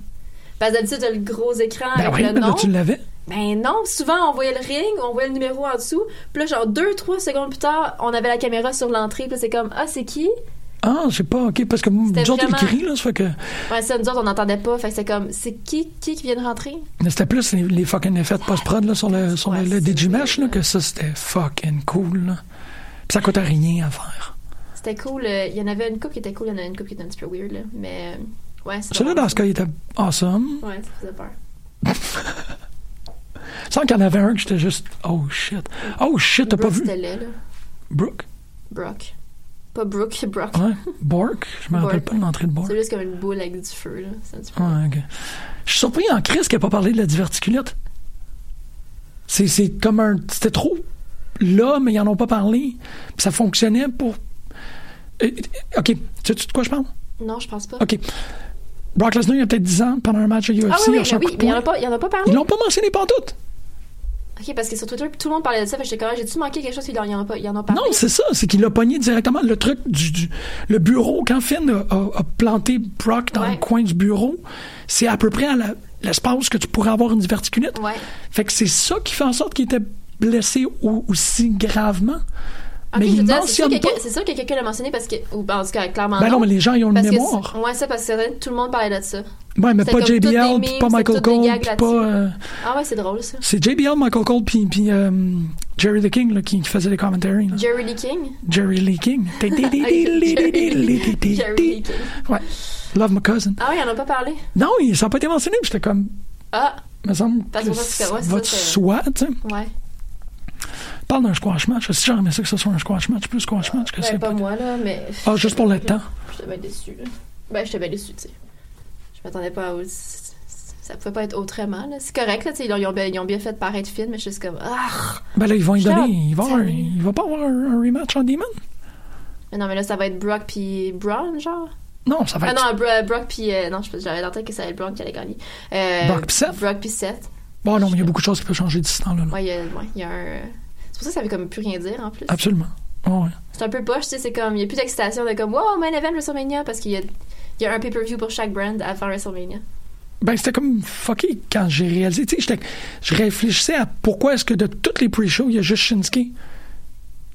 Parce que d'habitude, t'as le gros écran
Ben
avec
oui,
le
mais là,
nom.
tu l'avais.
Ben non, souvent on voyait le ring, on voyait le numéro en dessous, puis là genre 2 3 secondes plus tard, on avait la caméra sur l'entrée, puis là, c'est comme ah c'est qui
Ah, je sais pas, ok, parce que nous
C'était
autres, ils
vraiment-
crient, là, ça fait que.
Ouais, ça nous autres on n'entendait pas, fait que c'est comme c'est qui qui qui vient de rentrer
Mais c'était plus les, les fucking effets de post-prod là, sur le, sur le, le Digimesh là, que ça, c'était fucking cool. Là. Puis ça coûtait rien à faire.
C'était cool, euh, il y en avait une coupe qui était cool, il y en avait une coupe qui était un petit peu weird là, mais euh, ouais, c'est
Celui-là,
vraiment-
dans ce cas, il était awesome.
Ouais, ça faisait peur.
Sans qu'il y en avait un que j'étais juste, oh shit. Oh shit, t'as pas
Brooke,
vu.
C'était laid, là.
Brooke
Brock. Pas Brooke, Brock.
Ouais. Bork Je me rappelle
Bork.
pas de l'entrée de Bork.
C'est juste comme une boule avec du feu là, c'est un petit peu-
Ouais, ok. Je suis surpris en crise qu'elle n'ait pas parlé de la diverticulite. C'est, c'est comme un. C'était trop là, mais ils n'en ont pas parlé. Puis ça fonctionnait pour. Euh, euh, Ok, tu sais de quoi je parle?
Non, je pense pas.
Ok. Brock Lesnar, il y a peut-être 10 ans, pendant un match à UFC,
Ah oui,
il a
oui,
reçu
mais
un coup
oui,
de
mais il y en
poing.
a pas, il y en a pas parlé.
Ils l'ont pas mentionné pantoute.
Ok, parce que sur Twitter, tout le monde parlait de ça. Fait que j'étais comme, Ah, j'ai-tu manqué quelque chose? Puis il y en a pas, il y en a parlé.
Non, c'est ça, c'est qu'il l'a pogné directement. Le truc du. du- le bureau, quand Finn a, a- a planté Brock dans le coin du bureau, c'est à peu près à la. l'espace que tu pourrais avoir une diverticulite.
Ouais.
Fait que c'est ça qui fait en sorte qu'il était blessé au- aussi gravement.
Ok,
mais
je veux
il
dire, c'est sûr
mentionne
que
pas.
quelqu'un- c'est sûr que quelqu'un l'a mentionné parce que. Ou ben, en tout cas, clairement.
Ben non, mais les gens, ils ont une
Parce que
mémoire.
c'est- Ouais, ça, parce que c'est vrai, tout le monde parlait de ça.
Ouais, mais
C'était
pas
comme toutes des
JBL, puis
memes,
pas
c'était
Michael
toutes des
Cole,
gags
puis
là-dessus.
pas, euh,
Ah ouais, c'est drôle ça.
C'est JBL, Michael Cole, puis, puis, euh, Jerry the King là, qui, qui faisait les commentaires.
Jerry Lee King.
Jerry Lee King.
Jerry Lee King.
Ouais. Love my cousin.
Ah ouais, ils en ont pas parlé.
Non, il- ça n'a pas été mentionné, puis j'étais comme,
Ah,
me semble
Parce
que
que moi, c'est que- ouais, c'est
va de
ça, c'est-
soi, tu sais.
ouais.
Parle d'un squash match. Si j'aurais aimé ça que ce soit un squash match, plus squash match que
Ben,
c'est
pas moi là, mais.
Ah, juste pour le temps.
J'étais bien déçue. là. Ben, j'étais bien déçue, tu sais. Je m'attendais pas à. Ça pouvait pas être autrement, là. C'est correct, là, tu sais. Ils, ont- ils ont bien- ils ont bien fait paraître film, mais je suis juste comme. Ah!
Ben là, ils vont y
Putain,
donner. Il va, avoir- il va pas avoir un, un rematch en Demon?
Mais non, mais là, ça va être Brock puis Braun, genre.
Non, ça va
ah
être.
non, Bro- Brock puis. euh, non, je- j'avais l'entendre que ça allait être Brock qui allait gagner. Euh,
Brock puis Seth?
Brock puis Seth.
Bon, non, mais il y a beaucoup de choses qui peuvent changer d'ici ce temps-là. là.
Ouais, il y a, ouais, il y a un. euh, C'est pour ça que ça veut comme plus rien dire en plus.
Absolument. Ouais, ouais.
C'est un peu poche, tu sais, c'est comme. Il n'y a plus d'excitation de comme. Wow, main event WrestleMania, parce qu'il y a, il y a un pay-per-view pour chaque brand avant WrestleMania.
Ben, c'était comme fucké quand j'ai réalisé. Tu sais, j'étais- je réfléchissais à pourquoi est-ce que de toutes les pre-shows, il y a juste Shinsuke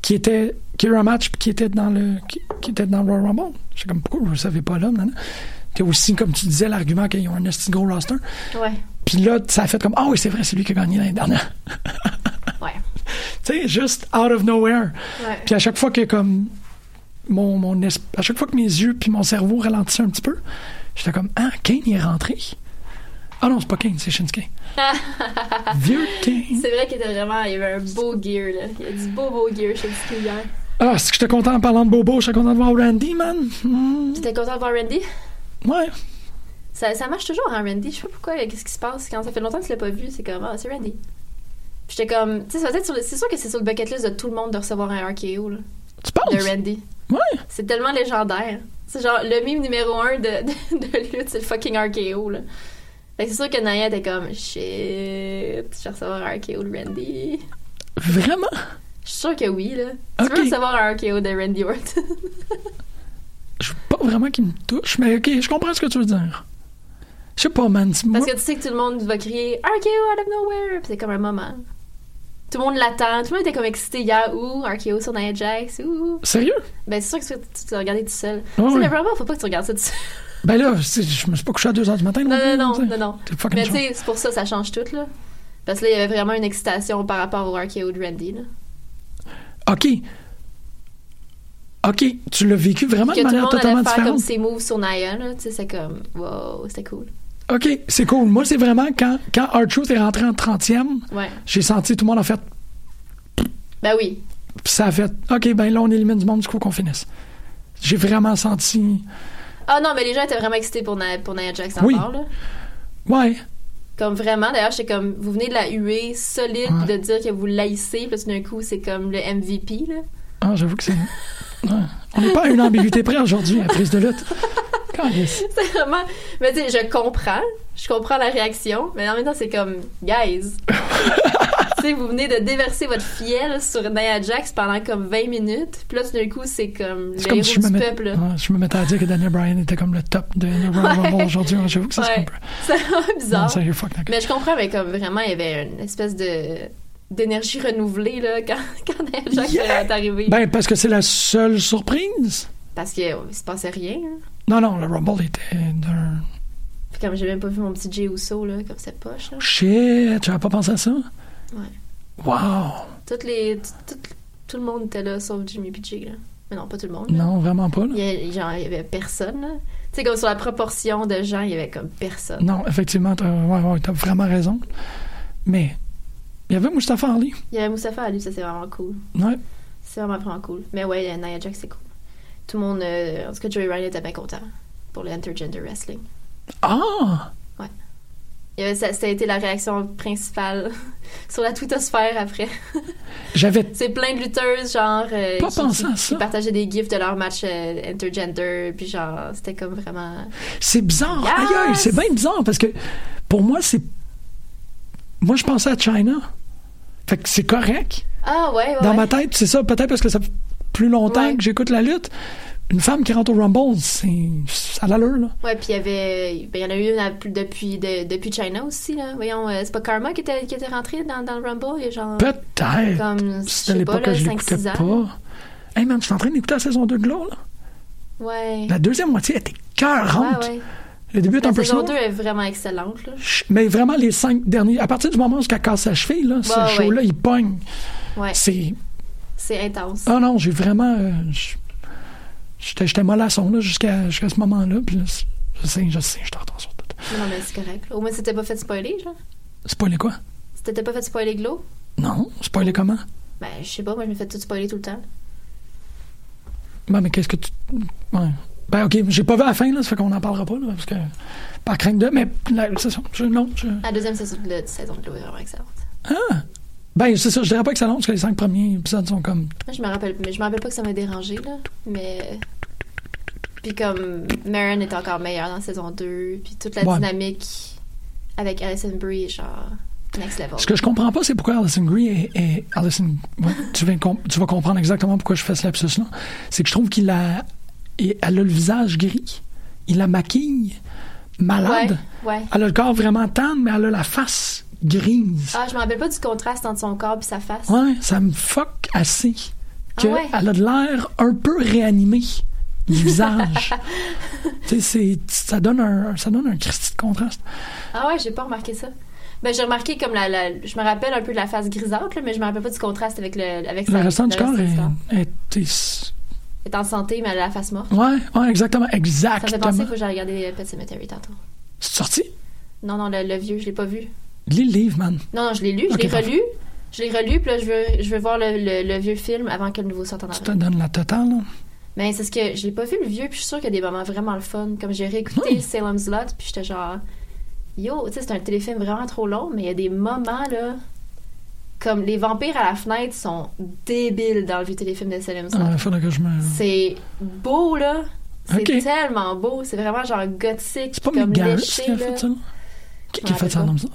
qui était qui a eu un match puis qui était dans le qui, qui était dans le Royal Rumble. J'étais comme pourquoi vous le savez pas là, maintenant? Puis aussi, comme tu disais, l'argument qu'ils ont un esti de gros roster.
Ouais.
Puis là, ça a fait comme Ah oui, c'est vrai, c'est lui qui a gagné l'année dernière.
Ouais.
tu sais, juste out of nowhere.
Ouais.
Puis à chaque fois que comme mon, mon es- à chaque fois que mes yeux puis mon cerveau ralentissaient un petit peu, j'étais comme ah Kane il est rentré. Ah non, c'est pas Kane, c'est Shinsuke. Vieux Kane.
C'est vrai qu'il était vraiment. Il y avait un beau gear, là. Il y a du beau, beau gear chez Shinsuke hier.
Ah, c'est que j'étais content en parlant de Bobo, j'étais content de voir Randy, man. Hmm,
J'étais content de voir Randy.
ouais.
Ça, ça marche toujours, hein, Randy. Je sais pas pourquoi, euh, qu'est-ce qui se passe. Quand ça fait longtemps que tu l'as pas vu, c'est comme, ah, c'est Randy. Puis J'étais comme, tu sais, ça va être sur le- c'est sûr que c'est sur le bucket list de tout le monde de recevoir un RKO, là.
Tu penses?
De Randy.
Ouais.
C'est tellement légendaire. C'est genre le mime numéro un de, de, de lutte, c'est le fucking RKO, là. Fait que c'est sûr que Naya était comme, shit, je vais recevoir un RKO de Randy.
Vraiment?
Je suis sûre que oui, là. Tu
Ok.
veux recevoir un RKO de Randy Orton?
Pas vraiment qu'il me touche, mais ok, je comprends ce que tu veux dire. Je sais pas, man. c'est- moi-
Parce que tu sais que tout le monde va crier RKO out of nowhere. Puis c'est comme un moment. Tout le monde l'attend. Tout le monde était comme excité hier. Ouh, RKO sur Nia Jax. Ouh.
Sérieux?
Ben, c'est sûr que tu- tu tu l'as regardé tout seul.
Ouais,
Tu sais,
ouais.
mais vraiment, faut pas que tu regardes ça tout seul.
Ben là, c'est- je me suis pas couché à 2h du matin.
Non,
plus,
non,
tu
non,
sais.
non, non.
T'es fucking
Mais tu
chaud.
sais, c'est pour ça, ça change tout, là. Parce que là, il y avait vraiment une excitation par rapport au RKO de Randy, là.
OK. OK, tu l'as vécu vraiment
Puis
de
que tout le
manière
monde allait
totalement
faire comme
différente.
ses moves sur Nia, là. Tu sais, c'est comme, wow, c'était cool.
OK, c'est cool. Moi, c'est vraiment quand, quand R-Truth est rentré en 30e,
Ouais.
j'ai senti tout le monde a fait.
Ben oui.
Puis ça a fait. OK, ben là, on élimine du monde, du coup, qu'on finisse. J'ai vraiment senti.
Ah non, mais les gens étaient vraiment excités pour Nia, pour Nia Jax
Oui.
encore, là.
Ouais.
Comme vraiment, d'ailleurs, j'étais comme, vous venez de la huer solide, puis de dire que vous laissez, puis là, tout d'un coup, c'est comme le MVP, là.
Ah, j'avoue que c'est. Ouais. On n'est pas à une ambiguïté près aujourd'hui, la prise de lutte. Calisse.
C'est vraiment. Mais tu sais, je comprends, je comprends la réaction, mais en même temps, c'est comme, guys. tu sais, vous venez de déverser votre fiel sur Nia Jax pendant comme 20 minutes, puis là, tout d'un coup, c'est comme le
C'est comme
héros
si je me,
du
met-
peuple, là.
ouais, je me mettais à dire que Daniel Bryan était comme le top de le Royal Rumble
Ouais.
aujourd'hui. Ouais, J'avoue que ça se
Ouais.
comprend.
C'est vraiment
Non,
bizarre.
sérieux, fuck that.
mais je comprends, mais comme vraiment, il y avait une espèce de d'énergie renouvelée, là, quand, quand Nia Jax est arrivée.
Ben, parce que c'est la seule surprise.
Parce qu'il se passait rien, hein.
Non, non, le Rumble était d'un.
Puis comme j'ai même pas vu mon petit Jay Uso, là, comme cette poche, là.
Shit, tu n'avais pas pensé à ça?
Ouais.
Wow!
Toutes les, tout, tout- tout le monde était là, sauf Jimmy puis Jay, là. Mais non, pas tout le monde. là.
Non, vraiment pas. là.
Il y, a- genre, il y avait personne, là. Tu sais, comme sur la proportion de gens, il y avait comme personne.
Non, effectivement, tu as, vraiment raison. Mais il y avait Mustafa Ali.
Il y avait Moustapha à lui, ça c'est vraiment cool.
Ouais.
C'est vraiment, vraiment cool. Mais ouais, euh, Nia Jax, c'est cool. Tout le monde, euh, en tout cas, Joey Ryan était bien content pour le Intergender Wrestling.
Ah!
Il y avait- ça, ça a été la réaction principale sur la twittosphère après.
J'avais.
C'est plein de lutteuses, genre. euh,
Pas
qui,
pensé
qui-
à ça.
qui partageaient des gifs de leur match euh, intergender, puis genre, c'était comme vraiment.
C'est bizarre.
Yes!
Aïe, aïe, c'est bien bizarre parce que pour moi, c'est. Moi, je pensais à China. Fait que c'est correct.
Ah ouais, ouais.
Dans
ouais.
ma tête, c'est ça. Peut-être parce que ça fait plus longtemps que j'écoute la lutte. Une femme qui rentre au Rumble, c'est. ça a l'allure, là.
Ouais, puis il y avait. ben, Il y en a eu une à- depuis, de- depuis China aussi, là. Voyons, euh, c'est pas Karma qui était, qui était rentré dans, dans le Rumble, il y a genre.
Peut-être.
Comme, je
C'était à
sais pas,
l'époque que
là,
je
5-6
l'écoutais
ans.
pas. Hey man, je suis en train d'écouter la saison 2 de Glow, là.
Ouais.
La deuxième moitié était cœurante.
Ouais, ouais.
Le début est
La
un peu
saison 2
slow.
est vraiment excellente, là.
Ch- Mais vraiment, les cinq derniers. À partir du moment où elle casse sa cheville, là,
Ouais,
ce show-là,
ouais.
il pogne.
Ouais.
C'est.
C'est intense.
Ah non, j'ai vraiment. euh, j- J'étais j'étais mollasson, là, jusqu'à jusqu'à ce moment-là. Puis là, c- je sais, je sais, je t'entends sur tout.
Non, mais c'est correct. là. Au moins, c'était pas fait spoiler, genre.
Spoiler quoi?
C'était pas fait spoiler Glow.
Non, spoiler comment?
Ben, je sais pas, moi, je me fais tout spoiler tout le temps.
Ben, mais qu'est-ce que tu. Ouais. Ben, ok, j'ai pas vu la fin, là, ça fait qu'on n'en parlera pas, là, parce que. Par crainte de. Mais, là, c'est ça. je- non, je-
La deuxième saison de, de saison de Glow est vraiment excellente.
Ah! Ben, c'est ça, je dirais pas que ça parce que les cinq premiers épisodes sont comme.
Moi, je me rappelle, mais je me rappelle pas que ça m'a dérangé, là. Mais. Puis comme Maren est encore meilleure dans saison 2, puis toute la
Ouais.
dynamique avec Alison Brie est genre next level.
Ce que je comprends pas, c'est pourquoi Alison Grey et, et Alison. ouais, tu, vas com- tu vas comprendre exactement pourquoi je fais ce lapsus-là. C'est que je trouve qu'il a. et Elle a le visage gris. Il la maquille. Malade.
Ouais, ouais.
Elle a le corps vraiment tendre, mais elle a la face grise.
Ah, je me rappelle pas du contraste entre son corps et sa face.
Ouais, ça me fuck assez. Que
Ah ouais?
Elle a de l'air un peu réanimée du visage. tu sais, c'est- ça donne un, ça donne un Christi de contraste.
Ah ouais, j'ai pas remarqué ça. Ben, j'ai remarqué comme la, la- Je me rappelle un peu de la face grisante, là, mais je me rappelle pas du contraste avec le. Avec
Le
sa-
restant du
le
corps
reste
est, est- est-
Elle est en santé, mais elle a la face morte.
Ouais, ouais, exactement,
Ça me fait penser
exactement.
qu'il faut que j'aille regarder Pet Cemetery tantôt.
C'est sorti?
Non, non, le, le vieux, je l'ai pas vu.
Lis le livre, man.
Non, non, je l'ai lu, je
Ok,
l'ai
parfait.
relu. Je l'ai relu, puis là, je veux, je veux voir le, le- le vieux film avant que le nouveau sorte en
Tu te
avril.
donnes la totale, là.
Mais c'est ce que je l'ai pas vu le vieux, puis je suis sûre qu'il y a des moments vraiment le fun. Comme j'ai réécouté Salem's Lot, puis j'étais genre, yo, tu sais, c'est un téléfilm vraiment trop long, mais il y a des moments là. Comme les vampires à la fenêtre sont débiles dans le vieux téléfilm de Salem's Lot.
Ah, il faudrait que je me.
C'est beau, là. C'est
Ok.
tellement beau. C'est vraiment genre gothique.
C'est pas
comme
Migaris
léché,
qui a
là.
fait ça, là? Qui, qui a
Ouais,
fait ça
pas.
dans ça?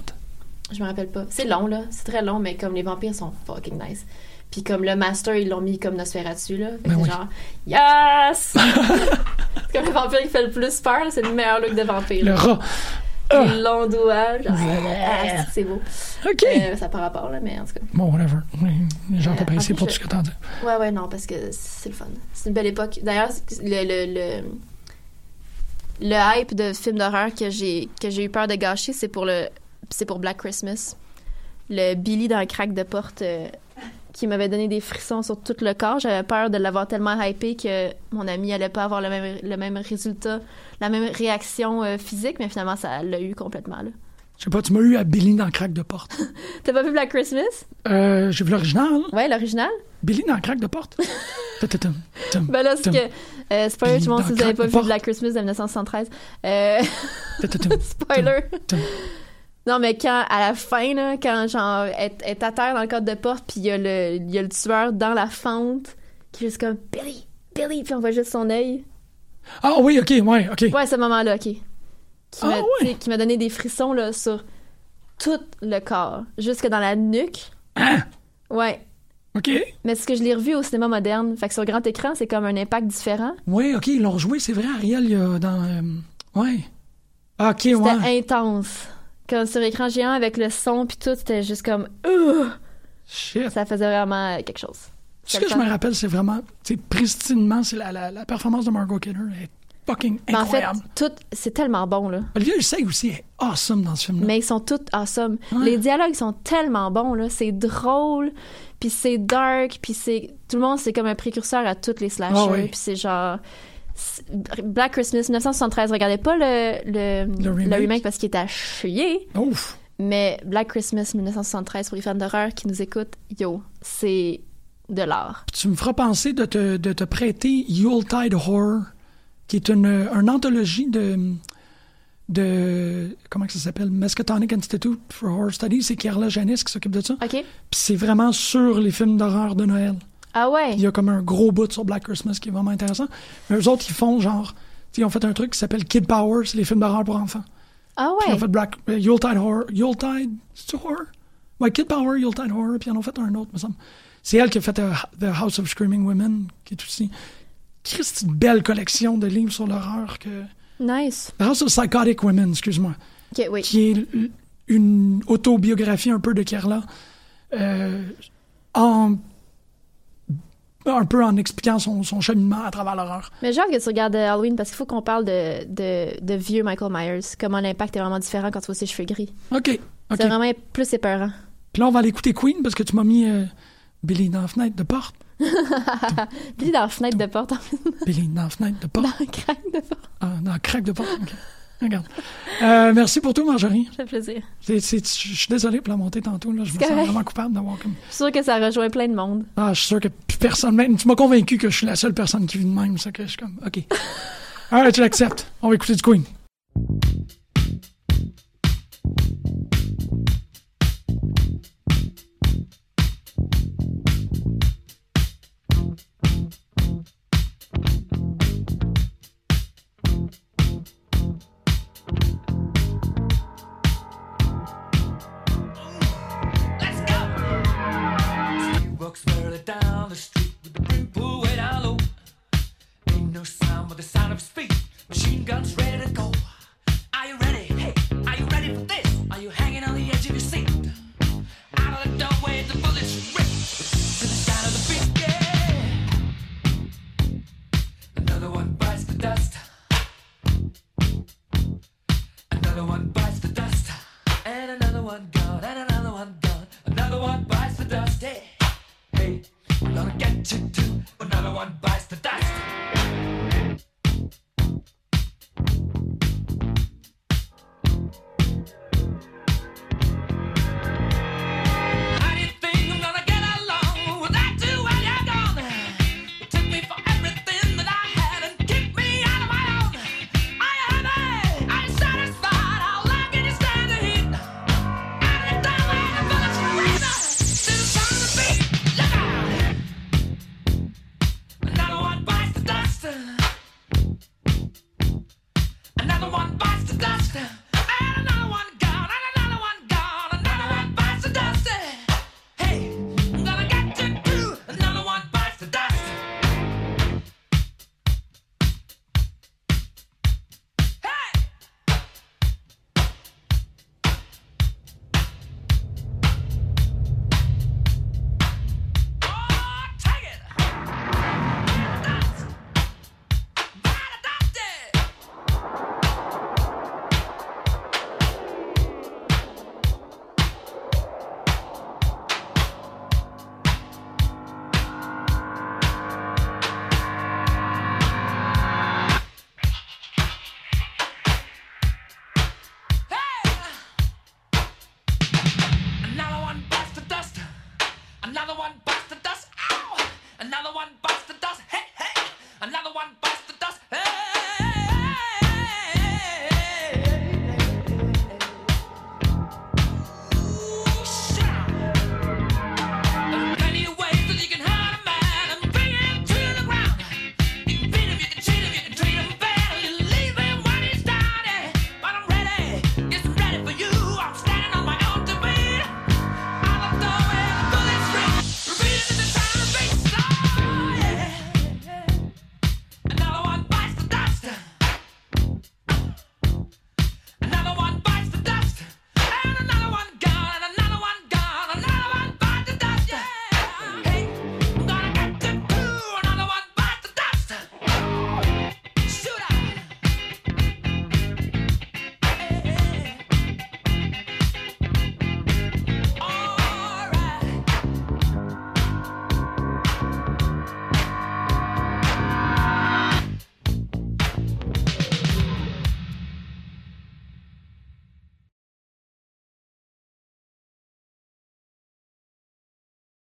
Je me rappelle pas. C'est long, là. C'est très long, mais comme les vampires sont fucking nice. Puis comme le master, ils l'ont mis comme Nosferatu, là. Fait que
Ben
c'est
oui.
genre, yes! c'est comme le vampire qui fait le plus peur, là, c'est le meilleur look de vampire.
Le
là.
rat. Ah.
Les longs doigts, genre,
Yeah.
ah, c'est beau.
OK.
Euh, ça n'a pas rapport, là, mais en tout cas.
Bon, whatever. J'en
Euh,
t'ai pas
en
ici
plus,
pour
je-
tout ce que t'en dis.
Ouais, ouais, non, parce que c'est le fun. C'est une belle époque. D'ailleurs, c'est- le, le, le, le hype de films d'horreur que j'ai, que j'ai eu peur de gâcher, c'est pour, le, c'est pour Black Christmas. Le Billy dans le crack de porte euh, qui m'avait donné des frissons sur tout le corps. J'avais peur de l'avoir tellement hypé que mon ami allait pas avoir le même, le même résultat, la même réaction euh, physique, mais finalement, ça l'a eu complètement. Là.
Je sais pas, tu m'as eu à Billy dans le crack de porte.
T'as pas vu Black Christmas?
Euh, J'ai vu l'original.
Ouais, l'original?
Billy dans le crack de porte. Ta-ta-tum, tum,
Ben là, c'est
tum,
que. Euh, spoiler, tout le monde, si vous n'avez pas vu
Porte.
Black Christmas de 1973. euh,
ta-ta-tum.
spoiler.
tum.
Non, mais quand, à la fin, là, quand genre, elle elle est à terre dans le cadre de porte, puis il y, a le- il y a le tueur dans la fente, qui est juste comme Billy, Billy, puis on voit juste son œil.
Ah oui, ok, ouais, ok.
Ouais, ce moment-là, ok. Qui
Ah
m'a-
ouais.
tu sais, qui m'a donné des frissons là, sur tout le corps, jusque dans la nuque.
Hein?
Ouais.
Ok.
Mais c'est ce que je l'ai revu au cinéma moderne. Fait que sur grand écran, c'est comme un impact différent.
Ouais, ok, ils l'ont rejoué, c'est vrai, Ariel, il y a dans. euh, ouais. Ah, Ok, ouais.
C'était intense. Comme sur écran géant avec le son puis tout, c'était juste comme Ugh!
Shit.
Ça faisait vraiment euh, quelque chose.
Ce que je me rappelle, c'est vraiment, tu sais, pristinement, c'est la, la- la performance de Margot Kidder est fucking
Mais Ben, en fait,
incroyable. Mm.
tout c'est tellement bon là.
Olivier Hussey aussi est awesome dans ce film-là.
Mais ils sont tous awesome.
Ouais.
Les dialogues sont tellement bons là, c'est drôle, puis c'est dark, puis c'est tout le monde c'est comme un précurseur à toutes les slashers,
Ah oui.
puis c'est genre c'est- Black Christmas 1973, regardez pas le le,
Le remake.
parce qu'il était à chier.
Ouf.
Mais Black Christmas 1973 pour les fans d'horreur qui nous écoutent, yo, c'est de l'art.
Tu me feras penser de te, de te prêter Yuletide Horror, qui est une, une anthologie de. de comment que ça s'appelle Miskatonic Institute for Horror Studies. C'est Carla Janis qui s'occupe de ça.
OK?
Puis c'est vraiment sur les films d'horreur de Noël.
Ah ouais?
Il y a comme un gros bout sur Black Christmas qui est vraiment intéressant. Mais eux autres, ils font genre. tu sais, Ils ont fait un truc qui s'appelle Kid Power, c'est les films d'horreur pour enfants.
Ah
Puis ils
ouais?
ont fait Black, euh, Yuletide Horror. Yuletide. C'est Horror? Ouais, Kid Power, Yuletide Horror, puis ils en ont fait un autre, me semble. C'est elle qui a fait euh, The House of Screaming Women, qui est aussi. Christ, une belle collection de livres sur l'horreur que.
Nice.
The House of Psychotic Women, excuse-moi.
Ok, oui.
Qui est l- une autobiographie un peu de Kerla. euh, en. Un peu en expliquant son, son cheminement à travers l'horreur.
Mais j'ai hâte que tu regardes euh, Halloween parce qu'il faut qu'on parle de, de, de vieux Michael Myers. Comment l'impact est vraiment différent quand tu vois ses cheveux gris.
OK. OK.
C'est vraiment plus épeurant.
Puis là, on va aller écouter Queen parce que tu m'as mis euh, Billy dans la fenêtre de porte.
Billy dans la fenêtre de porte en plus.
Billy dans la fenêtre de porte.
Dans le crack de porte.
Ah, dans la craque de porte. OK. Regarde. Euh, merci pour tout, Marjorie.
Ça fait plaisir.
C'est- c'est- Je suis désolé pour la montée tantôt. Là. Je me
C'est
sens
correct.
vraiment coupable d'avoir comme.
Je suis sûre que ça rejoint plein de monde.
Ah, je suis sûr que plus personne. Même, tu m'as convaincu que je suis la seule personne qui vit de même. Ça que je suis comme. OK. All right, je l'accepte. On va écouter du Queen.
Walks merrily down the street with the brim pulled way down low. Ain't no sound but the sound of speed. Machine guns ready to go. Are you ready? Hey, are you ready for this? Are you hanging on the edge of your seat? Out of the doorway, the bullets rip to the sound of the beat. Yeah. Another one bites the dust. Another one bites the dust. And another one gone. And another one gone. Another one bites the dust. Yeah. Hey, we're gonna get you too. Another one bites the dust. How do you think I'm gonna get along without you when you're gone? You took me for everything that I had and kicked me out of my own. Are you happy? Are you satisfied? How long can you stand the heat? Out of the doorway, the bullets are raining. To the sound of the beat, look out! Another one bites the dust. Another one bites the dust.